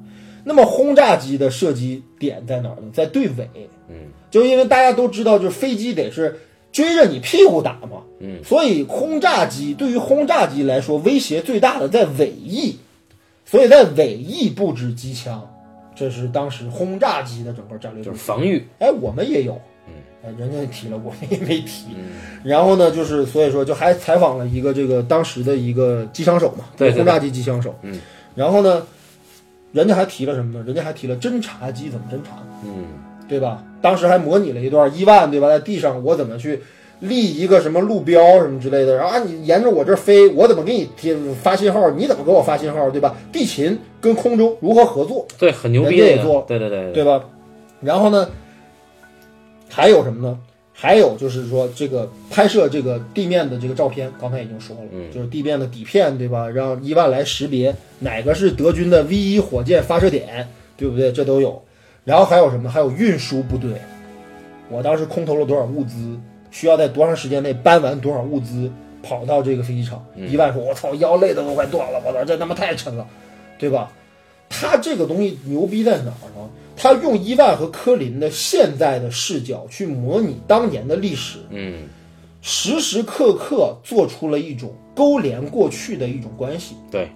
那么轰炸机的射击点在哪儿呢？在队尾。嗯，就因为大家都知道，就是飞机得是追着你屁股打嘛，嗯，所以轰炸机对于轰炸机来说，威胁最大的在尾翼，所以在尾翼布置机枪，这是当时轰炸机的整个战略就部是署。防御，哎，我们也有，嗯，哎，人家提了，我们也没提。嗯，然后呢，就是所以说，就还采访了一个这个当时的一个机枪手嘛，对对对轰炸机机枪手。嗯，然后呢，人家还提了什么呢？人家还提了侦察机怎么侦察。嗯，对吧？当时还模拟了一段伊万，对吧？在地上我怎么去立一个什么路标什么之类的，然后啊，你沿着我这儿飞，我怎么给你贴发信号，你怎么给我发信号，对吧？地勤跟空中如何合作，对，很牛逼人家也那个做对对对对吧？然后呢，还有什么呢？还有就是说，这个拍摄这个地面的这个照片，刚才已经说了，嗯就是地面的底片，对吧？让伊万来识别哪个是德军的 V 一火箭发射点，对不对？这都有。然后还有什么？还有运输部队，我当时空投了多少物资，需要在多长时间内搬完多少物资，跑到这个飞机场。嗯伊万说：“我操，腰累的都快断了，我操，这他妈太沉了，对吧？”他这个东西牛逼在哪儿呢？他用伊万和科林的现在的视角去模拟当年的历史，嗯，时时刻刻做出了一种勾连过去的一种关系。对，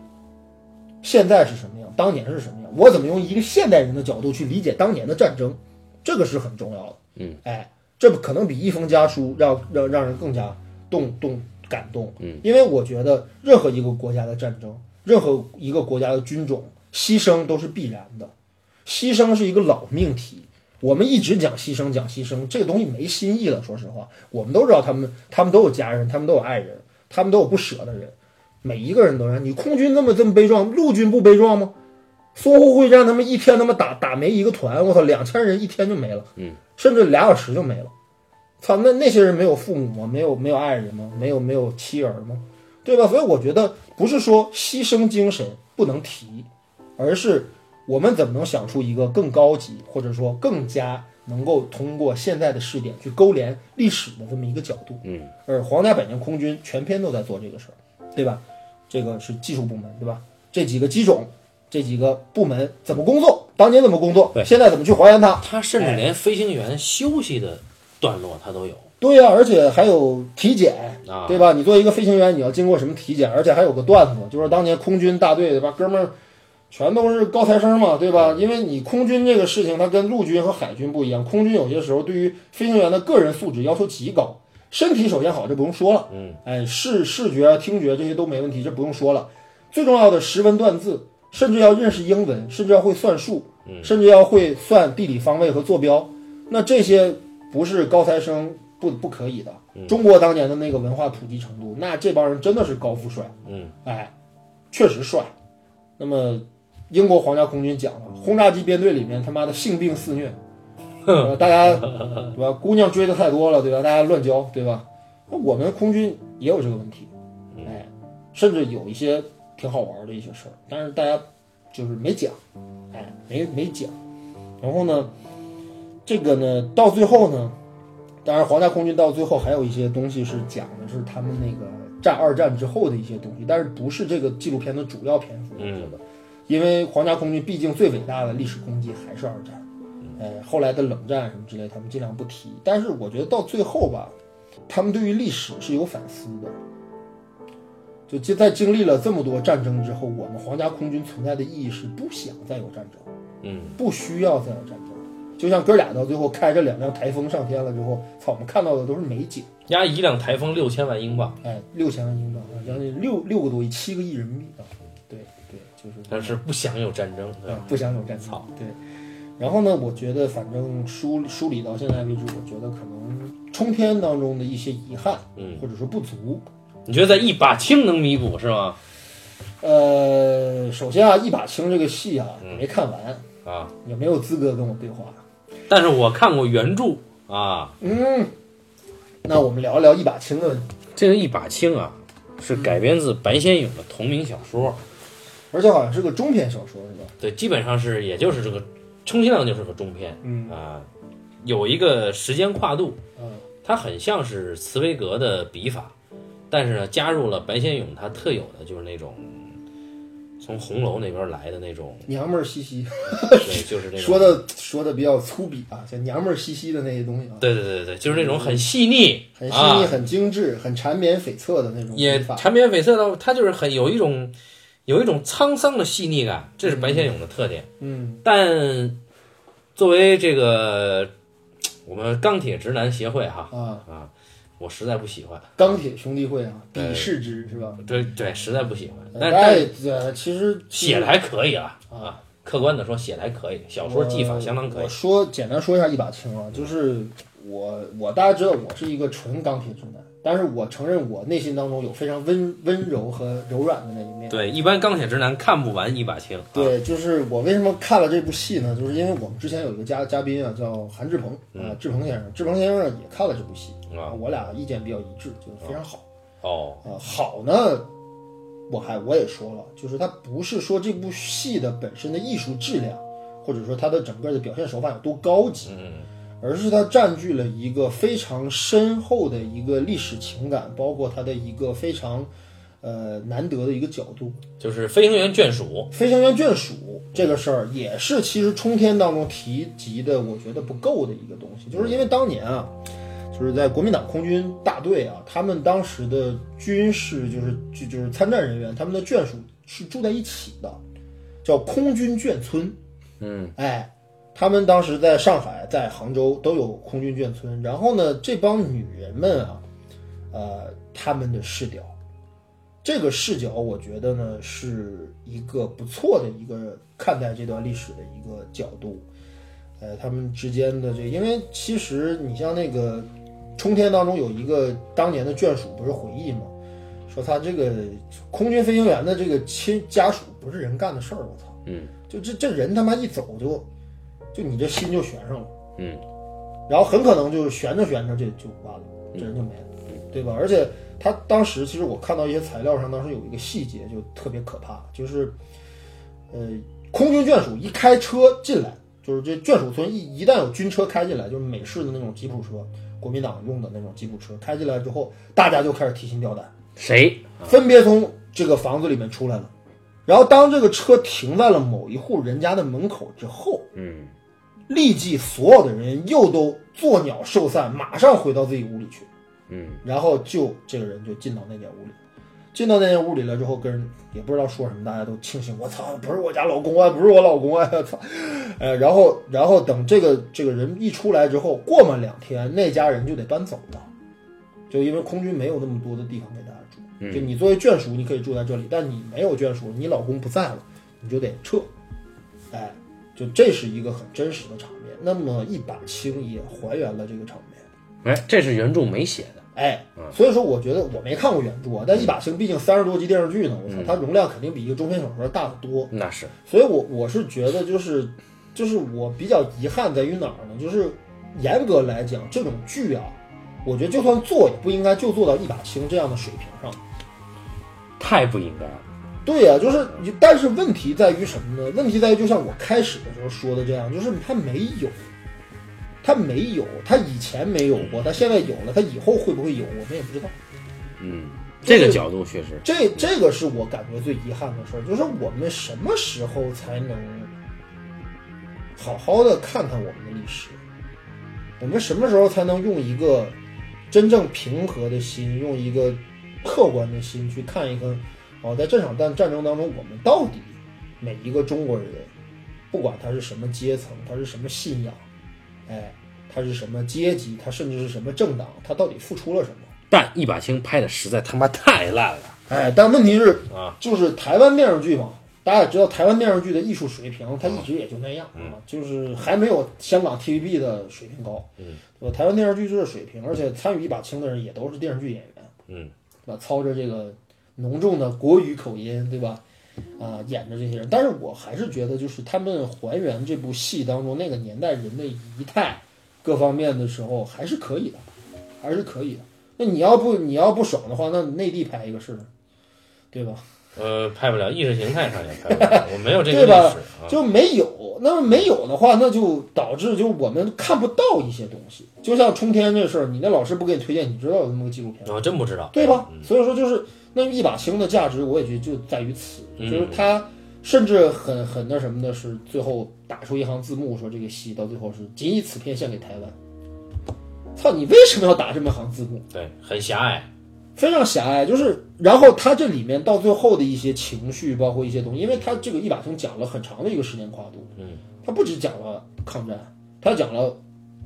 现在是什么样，当年是什么样，我怎么用一个现代人的角度去理解当年的战争，这个是很重要的。嗯，哎，这可能比一封家书让让让人更加动动感动。嗯，因为我觉得任何一个国家的战争，任何一个国家的军种牺牲都是必然的，牺牲是一个老命题。我们一直讲牺牲，讲牺牲，这个东西没新意了。说实话，我们都知道他们，他们都有家人，他们都有爱人，他们都有不舍的人。每一个人都让你空军那么这么悲壮，陆军不悲壮吗？淞沪会战他们一天他妈打打没一个团，我操，两千人一天就没了，嗯，甚至俩小时就没了。操，那那些人没有父母吗？没有没有爱人吗？没有没有妻儿吗？对吧？所以我觉得不是说牺牲精神不能提，而是我们怎么能想出一个更高级，或者说更加能够通过现在的试点去勾连历史的这么一个角度。嗯，而皇家百年空军全篇都在做这个事儿，对吧？这个是技术部门，对吧？这几个机种，这几个部门怎么工作，当年怎么工作对，现在怎么去还原它？他甚至连飞行员休息的段落他都有，对呀、而且还有体检啊，对吧？你作为一个飞行员，你要经过什么体检？而且还有个段子，就是当年空军大队对吧，哥们儿全都是高材生嘛，对嗯吧？因为你空军这个事情，它跟陆军和海军不一样，空军有些时候对于飞行员的个人素质要求极高，身体首先好，这不用说了，嗯，哎，视视觉、听觉这些都没问题，这不用说了。最重要的识文断字，甚至要认识英文，甚至要会算数，嗯甚至要会算地理方位和坐标。那这些不是高材生不不可以的。中国当年的那个文化普及程度，那这帮人真的是高富帅，嗯，哎，确实帅。那么英国皇家空军讲了，轰炸机编队里面他妈的性病肆虐，呃大家对吧？姑娘追的太多了，对吧？大家乱交，对吧？那我们空军也有这个问题，哎，甚至有一些挺好玩的一些事儿，但是大家就是没讲，哎，没没讲。然后呢，这个呢，到最后呢，当然皇家空军到最后还有一些东西是讲的是他们那个战二战之后的一些东西，但是不是这个纪录片的主要篇幅，我觉嗯得，因为皇家空军毕竟最伟大的历史功绩还是二战。呃，后来的冷战什么之类，他们尽量不提。但是我觉得到最后吧，他们对于历史是有反思的。就就在经历了这么多战争之后，我们皇家空军存在的意义是不想再有战争，嗯，不需要再有战争。就像哥俩到最后开着两辆台风上天了之后，操，我们看到的都是美景。压一辆台风六千万英镑，哎，六千万英镑啊，将近六六个多亿，七个亿人民币啊。对对，就是但是啊不想有战争，对啊吧？，不想有战争操。对，然后呢，我觉得反正梳梳理到现在为止，我觉得可能冲天当中的一些遗憾，嗯，或者说不足。你觉得在一把青能弥补是吗？呃，首先啊，一把青这个戏啊，我没看完，啊，也没有资格跟我对话。但是我看过原著啊，嗯，那我们聊一聊一把青的问题，这个一把青啊，是改编自白先勇的同名小说，而且好像是个中篇小说，是吧？对，基本上是也就是这个充其量就是个中篇嗯啊，有一个时间跨度，嗯它很像是茨威格的笔法，但是呢，加入了白先勇他特有的就是那种从红楼那边来的那 种，娘们儿兮兮，对，就是那种说的说的比较粗鄙啊，像娘们儿兮兮的那些东西啊，对对对对，就是那种很细腻，很细腻、啊，很精致、很缠绵悱恻的那种也笔法。缠绵悱恻到，它就是很有一种有一种沧桑的细腻感，这是白先勇的特点。嗯，但作为这个我们钢铁直男协会哈啊，啊，我实在不喜欢，钢铁兄弟会啊，对鄙视之是吧？对对，实在不喜欢。但大哎但家呃，其实写的还可以啊啊，客观的说写的还可以，小说技法相当可以我。说简单说一下一把青啊，就是我我大家知道我是一个纯钢铁直男，但是我承认我内心当中有非常温温柔和柔软的那一面。对，一般钢铁直男看不完一把青。啊，对，就是我为什么看了这部戏呢？就是因为我们之前有一个嘉嘉宾啊，叫韩志鹏啊，志鹏先生，志鹏先生呢也看了这部戏嗯啊啊，我俩意见比较一致，就是非常好哦，啊。好呢，我还我也说了，就是它不是说这部戏的本身的艺术质量，或者说它的整个的表现手法有多高级，嗯，而是它占据了一个非常深厚的一个历史情感，包括它的一个非常呃难得的一个角度。就是飞行员眷属。飞行员眷属这个事儿，也是其实冲天当中提及的，我觉得不够的一个东西，就是因为当年啊，就是在国民党空军大队啊，他们当时的军事就是就就是参战人员，他们的眷属是住在一起的，叫空军眷村。嗯，哎，他们当时在上海、在杭州都有空军眷村。然后呢，这帮女人们啊，呃，他们的视角，这个视角，我觉得呢是一个不错的一个看待这段历史的一个角度。呃，他们之间的这，因为其实你像那个《冲天》当中有一个当年的眷属不是回忆吗？说他这个空军飞行员的这个亲家属不是人干的事儿，我操！嗯，就这这人他妈一走就，就你这心就悬上了，嗯，然后很可能就是悬着悬着这就完了，这人就没了，嗯对吧？而且他当时其实我看到一些材料上，当时有一个细节就特别可怕，就是，呃，空军眷属一开车进来，就是这眷属村一一旦有军车开进来，就是美式的那种吉普车，国民党用的那种吉普车开进来之后，大家就开始提心吊胆。谁？分别从这个房子里面出来了。然后当这个车停在了某一户人家的门口之后，嗯，立即所有的人又都作鸟兽散，马上回到自己屋里去。嗯，然后就这个人就进到那间屋里，进到那间屋里了之后，跟人也不知道说什么，大家都庆幸我操，不是我家老公啊，不是我老公啊，操，呃，然后然后等这个这个人一出来之后，过么两天那家人就得搬走了，就因为空军没有那么多的地方给大家住，就你作为眷属你可以住在这里，但你没有眷属，你老公不在了，你就得撤，哎，就这是一个很真实的场面。那么一把青也还原了这个场面。哎，这是原著没写的。哎，所以说我觉得我没看过原著啊，但一把星毕竟三十多集电视剧呢，我操，它容量肯定比一个中篇小说大得多。那是，所以我我是觉得就是就是我比较遗憾在于哪儿呢？就是严格来讲，这种剧啊，我觉得就算做也不应该就做到一把星这样的水平上。太不应该了。对呀、就是你，但是问题在于什么呢？问题在于，就像我开始的时候说的这样，就是他没有，他没有，他以前没有过，他现在有了，他以后会不会有，我们也不知道。嗯，这个角度确实，这这个是我感觉最遗憾的事儿，就是我们什么时候才能好好的看看我们的历史？我们什么时候才能用一个真正平和的心，用一个客观的心去看一看？哦，在这场战战争当中，我们到底每一个中国人，不管他是什么阶层，他是什么信仰，哎，他是什么阶级，他甚至是什么政党，他到底付出了什么？但一把青拍的实在他妈太烂了哎，但问题是，啊！就是台湾电视剧嘛，大家也知道台湾电视剧的艺术水平，嗯它一直也就那样啊，就是还没有香港 TVB 的水平高。嗯，对吧？台湾电视剧就是水平，而且参与一把青的人也都是电视剧演员，嗯，对吧？操着这个浓重的国语口音，对吧？啊、演着这些人，但是我还是觉得，就是他们还原这部戏当中那个年代人的仪态，各方面的时候，还是可以的，还是可以的。那你要不你要不爽的话，那内地拍一个试试，对吧？呃，拍不了，意识形态上也拍不了，我没有这个对吧历史啊。就没有。那么没有的话，那就导致就我们看不到一些东西。就像冲天这事儿，你那老师不给你推荐，你知道有这么个纪录片，我真不知道，对吧？嗯所以说就是那一把青的价值，我也觉得就在于此，嗯就是它甚至很很那什么的是最后打出一行字幕说这个戏到最后是仅以此片献给台湾。操，你为什么要打这么行字幕？对，很狭隘，非常狭隘，就是，然后他这里面到最后的一些情绪，包括一些东西，因为他这个一把星讲了很长的一个时间跨度，嗯，他不只讲了抗战，他讲了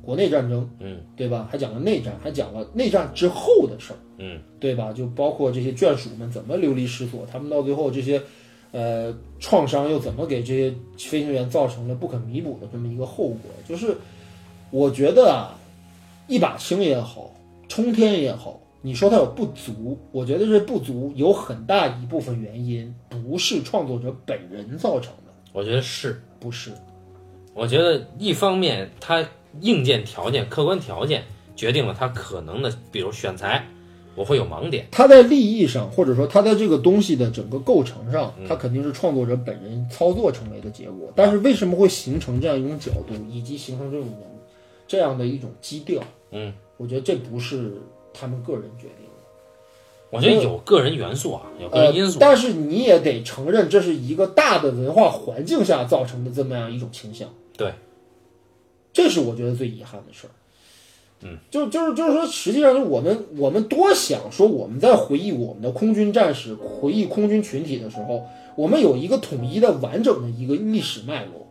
国内战争，嗯对吧？还讲了内战，还讲了内战之后的事儿，嗯，对吧？就包括这些眷属们怎么流离失所，他们到最后这些，呃，创伤又怎么给这些飞行员造成了不可弥补的这么一个后果？就是我觉得啊，一把青也好，冲天也好，你说它有不足，我觉得这不足有很大一部分原因不是创作者本人造成的，我觉得是，不是。我觉得一方面它硬件条件、客观条件决定了它可能的，比如选材，我会有盲点，他在利益上，或者说他在这个东西的整个构成上，他肯定是创作者本人操作成为的结果。但是为什么会形成这样一种角度，以及形成这种这样的一种基调？嗯，我觉得这不是他们个人决定的，我觉得有个人元素啊，有个呃人因素，但是你也得承认，这是一个大的文化环境下造成的这么样一种倾向。对，这是我觉得最遗憾的事儿。嗯，就就是就是说，实际上就是我们我们多想说，我们在回忆我们的空军战士、回忆空军群体的时候，我们有一个统一的、完整的一个历史脉络。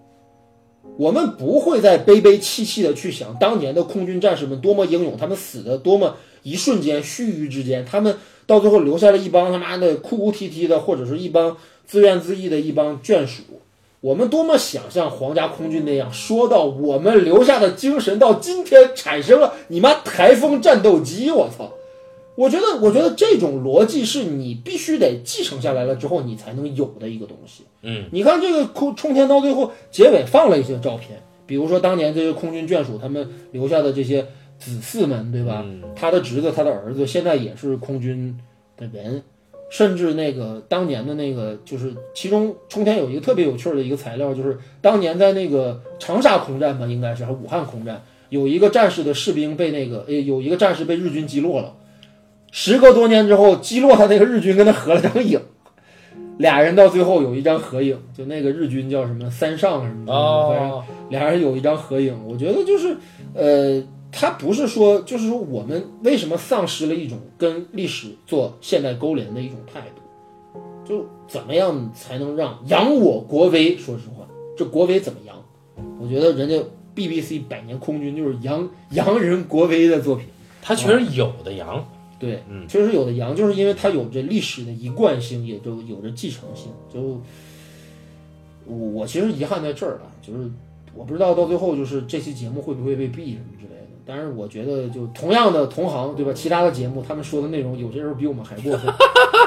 我们不会再悲悲戚戚的去想当年的空军战士们多么英勇，他们死的多么一瞬间，须臾之间，他们到最后留下了一帮他妈的哭哭啼啼的，或者是一帮自怨自艾的一帮眷属。我们多么想像皇家空军那样，说到我们留下的精神，到今天产生了你妈台风战斗机，我操！我觉得，我觉得这种逻辑是你必须得继承下来了之后，你才能有的一个东西。嗯，你看这个空冲天到最后结尾放了一些照片，比如说当年这些空军眷属他们留下的这些子嗣们，对吧？嗯他的侄子、他的儿子现在也是空军的人，甚至那个当年的那个，就是其中冲天有一个特别有趣儿的一个材料，就是当年在那个长沙空战吧，应该是还是武汉空战，有一个战士的士兵被那个，呃，有一个战士被日军击落了。时隔多年之后，击落他那个日军跟他合了张影，俩人到最后有一张合影，就那个日军叫什么三上什么的，反正哦，俩人有一张合影，我觉得就是，呃，他不是说，就是说我们为什么丧失了一种跟历史做现代勾连的一种态度，就怎么样才能让扬我国威？说实话，这国威怎么扬？我觉得人家 BBC《百年空军》就是扬扬人国威的作品。它确实有的阳，对，嗯确实有的羊，就是因为它有着历史的一贯性，也就有着继承性。就我我其实遗憾在这儿吧，就是我不知道到最后就是这期节目会不会被毙什么之类的。但是我觉得，就同样的同行，对吧？其他的节目他们说的内容，有些时候比我们还过分，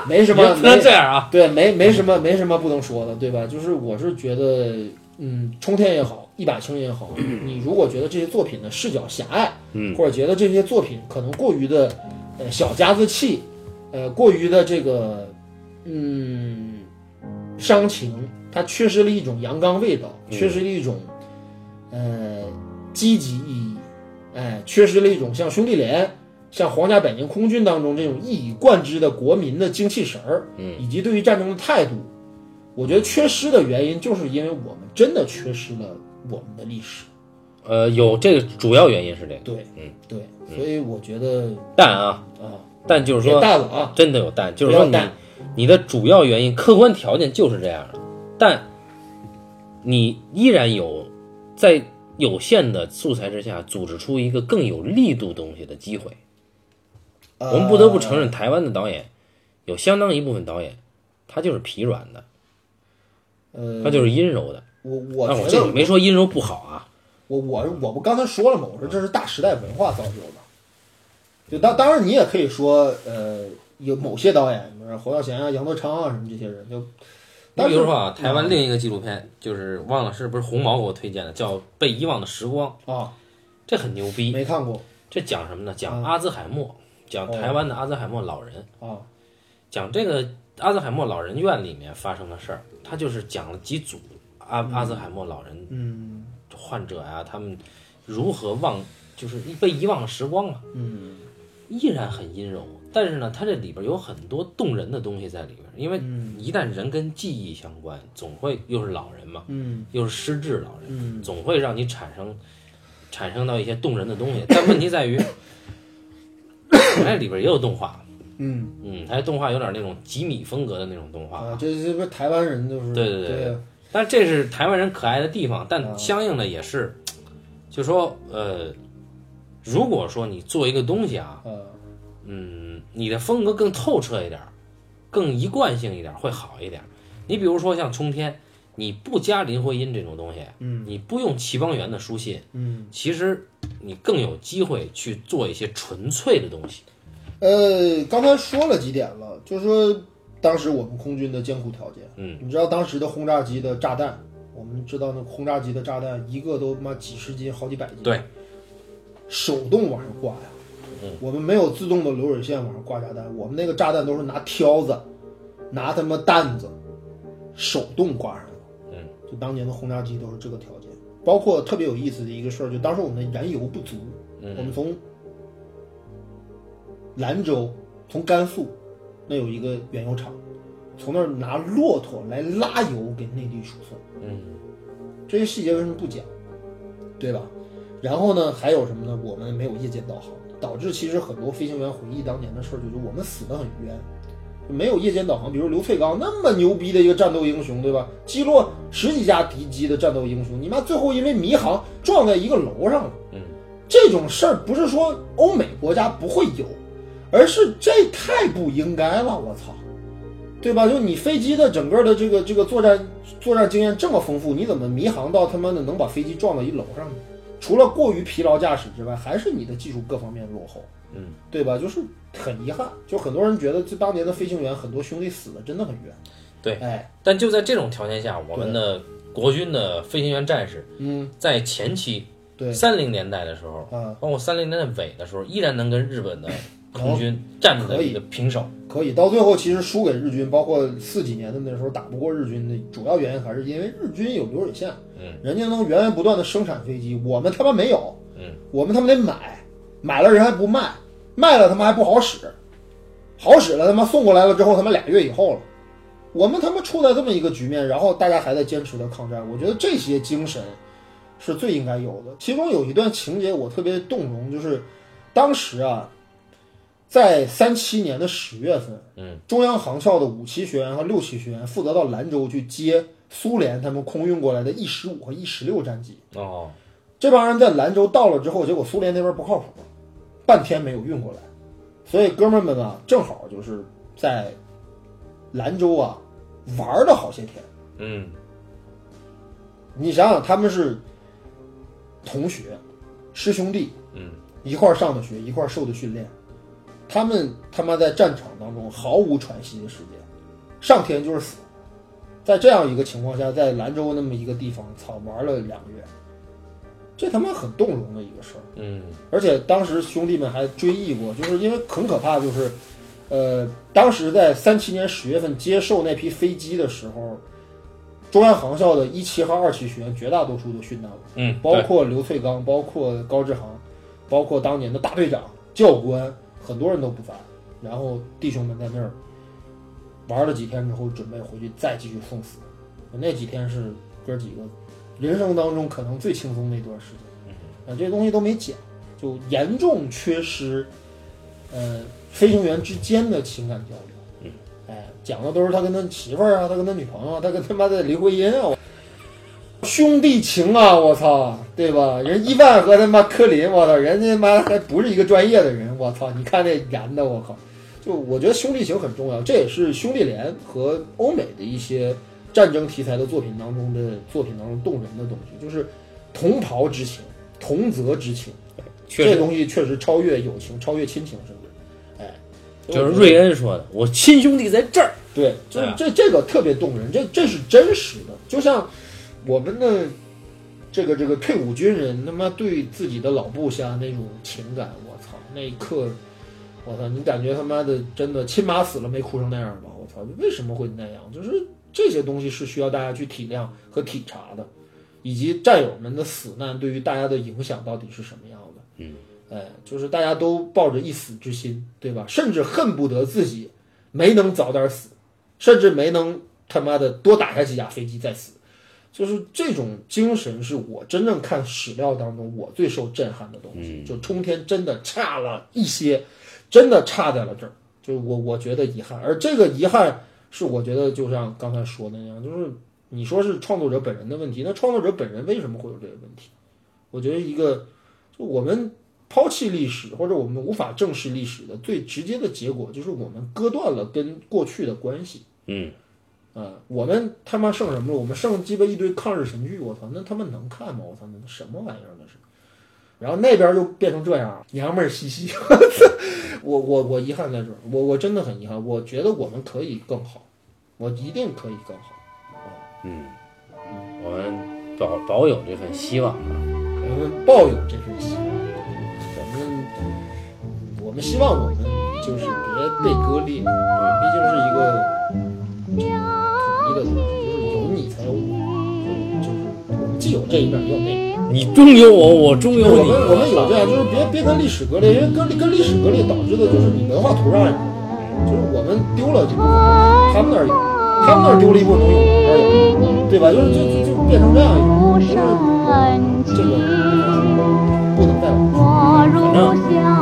没什么，不没能这样啊，对，没没什么没什么不能说的，对吧？就是我是觉得，嗯，冲天也好，一把青也好，你如果觉得这些作品的视角狭隘，嗯，或者觉得这些作品可能过于的，呃，小家子气，呃，过于的这个，嗯，伤情，它缺失了一种阳刚味道，嗯缺失了一种，呃，积极意义，哎，缺失了一种像兄弟连。像皇家百年空军当中这种一以贯之的国民的精气神儿，嗯，以及对于战争的态度，我觉得缺失的原因就是因为我们真的缺失了我们的历史。呃，有这个主要原因是这个，对，嗯，对，所以我觉得但啊，啊，但就是别说淡了啊，真的有但，就是不说要你淡你的主要原因、客观条件就是这样的，但你依然有在有限的素材之下组织出一个更有力度东西的机会。啊我们不得不承认，台湾的导演有相当一部分导演，他就是疲软的，呃，他就是阴柔的。我但我我觉这里得没说阴柔不好啊，我我我不刚才说了吗？我说这是大时代文化造就的。就当当然你也可以说，呃，有某些导演，比如说侯孝贤啊、杨德昌啊什么这些人，就你但比是嗯如说啊，台湾另一个纪录片就是忘了是不是红毛给我推荐的，叫《被遗忘的时光》，啊这很牛逼。没看过这讲什么呢？嗯讲阿兹海默，哦讲台湾的阿兹海默老人，啊讲这个阿兹海默老人院里面发生的事儿。他就是讲了几组阿阿阿兹海默老人嗯患者啊，他们如何忘，就是被遗忘的时光嘛，嗯依然很阴柔。但是呢，它这里边有很多动人的东西在里边，因为嗯一旦人跟记忆相关，总会又是老人嘛，嗯又是失智老人，嗯总会让你产生产生到一些动人的东西。但问题在于，哎，里边也有动画，嗯嗯，它这动画有点那种吉米风格的那种动画啊，这这不是台湾人就是对对对对啊但这是台湾人可爱的地方，啊但相应的也是，就说呃，如果说你做一个东西啊，啊嗯，你的风格更透彻一点儿，更一贯性一点儿会好一点儿。你比如说像冲天，你不加林徽因这种东西，嗯你不用齐邦媛的书信，嗯其实你更有机会去做一些纯粹的东西。呃，刚才说了几点了，就是说当时我们空军的艰苦条件，嗯，你知道当时的轰炸机的炸弹，我们知道那轰炸机的炸弹一个都他妈几十斤，好几百斤，对，手动往上挂呀，嗯，我们没有自动的流水线往上挂炸弹，我们那个炸弹都是拿挑子，拿他妈担子，手动挂上的，嗯，就当年的轰炸机都是这个条件，包括特别有意思的一个事儿，就当时我们的燃油不足，嗯我们从兰州，从甘肃那有一个原油厂，从那儿拿骆驼来拉油给内地输送，嗯这些细节为什么不讲，对吧？然后呢，还有什么呢？我们没有夜间导航，导致其实很多飞行员回忆当年的事儿，就是我们死得很冤，没有夜间导航。比如刘翠刚那么牛逼的一个战斗英雄，对吧？击落十几架敌机的战斗英雄，你妈最后因为迷航撞在一个楼上了。嗯，这种事儿不是说欧美国家不会有，而是这太不应该了，我操，对吧？就你飞机的整个的这个这个作战作战经验这么丰富，你怎么迷航到他妈的能把飞机撞到一楼上呢？除了过于疲劳驾驶之外，还是你的技术各方面落后，嗯，对吧？就是很遗憾，就很多人觉得，就当年的飞行员，很多兄弟死的真的很冤。对哎，但就在这种条件下，我们的国军的飞行员战士嗯，在前期对，三零年代的时候，啊，包括三零年代尾的时候，依然能跟日本的空哦军站在一个平手。可以，到最后其实输给日军，包括四几年的那时候打不过日军的主要原因，还是因为日军有流水线，嗯，人家能源源不断的生产飞机，我们他妈没有，嗯，我们他妈得买，买了人还不卖，卖了他妈还不好使，好使了他妈送过来了之后他妈俩月以后了，我们他妈处在这么一个局面，然后大家还在坚持的抗战，我觉得这些精神是最应该有的。其中有一段情节我特别动容，就是当时啊，在三七年的十月份，嗯，中央航校的五期学员和六期学员负责到兰州去接苏联他们空运过来的 E 十五和 E 十六战机。哦，这帮人在兰州到了之后，结果苏联那边不靠谱，半天没有运过来，所以哥们儿们啊，正好就是在兰州啊玩了好些天。嗯你想想，他们是同学、师兄弟，嗯，一块儿上的学，一块儿受的训练，他们他妈在战场当中毫无喘息的时间，上天就是死。在这样一个情况下，在兰州那么一个地方，操，玩了两个月，这他妈很动容的一个事儿。嗯而且当时兄弟们还追忆过，就是因为很可怕，就是，呃，当时在三七年十月份接受那批飞机的时候，中央航校的一期和二期学员绝大多数都殉难了。嗯，包括刘翠刚，包括高志航，包括当年的大队长、教官，很多人都不在。然后弟兄们在那儿玩了几天之后，准备回去再继续送死。那几天是哥几个人生当中可能最轻松的一段时间。啊，这些东西都没讲，就严重缺失，呃，飞行员之间的情感交流。哎，讲的都是他跟他媳妇儿啊，他跟他女朋友啊，他跟他妈的林徽因啊，我兄弟情啊，我操，对吧？人伊万和他妈科林，我操，人家妈还不是一个专业的人，我操，你看这演的，我靠，就我觉得兄弟情很重要，这也是兄弟连和欧美的一些战争题材的作品当中的作品当中动人的东西，就是同袍之情、同泽之情，确这实东西确实超越友情，超越亲情，甚至，哎，就是瑞恩说的，我亲兄弟在这儿。对，对这啊这这个特别动人，这这是真实的，就像我们的这个这个退伍军人他妈对自己的老部下那种情感，我操，那一刻，我操，你感觉他妈的真的亲妈死了没哭成那样吧？我操，为什么会那样？就是这些东西是需要大家去体谅和体察的，以及战友们的死难对于大家的影响到底是什么样的。嗯，哎，就是大家都抱着一死之心，对吧？甚至恨不得自己没能早点死，甚至没能他妈的多打下几架飞机再死。就是这种精神，是我真正看史料当中我最受震撼的东西。就冲天真的差了一些，真的差在了这儿。就是我我觉得遗憾，而这个遗憾是我觉得就像刚才说的那样，就是你说是创作者本人的问题，那创作者本人为什么会有这个问题？我觉得一个就我们抛弃历史或者我们无法正视历史的最直接的结果，就是我们割断了跟过去的关系。嗯，啊，我们他妈剩什么了？我们剩鸡巴一堆抗日神剧，我操，那他妈能看吗？我操，那什么玩意儿那是？然后那边就变成这样，娘们儿兮兮。 我我我遗憾在这儿，我我真的很遗憾，我觉得我们可以更好，我一定可以更好。我们保保有这份希望啊吧。我们抱有这份希望，我们我们希望我们就是别被割裂，毕竟是一个统一的东西，就是有你才有我，就是我们既有这一面，也有那一面。你中有我，我中有我你。们我们有这样，就是别别跟历史割裂，因为跟跟历史割裂导致的就是你文化土壤，就是我们丢了这部分，他们那儿有，他们那儿丢了一部分东西，我们这儿有，对吧？就是就就就变成这样一不个，就是胜这个不能再往我如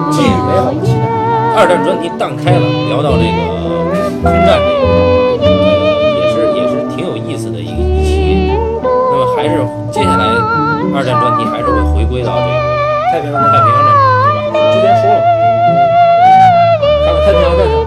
寄予美好的期待。二战专题荡开了，聊到这个空战这个，呃也是也是挺有意思的一个一期。那么还是接下来二战专题还是会回归到这个太平洋太战平洋战争，对吧？嗯争之前说了，看看太平洋战争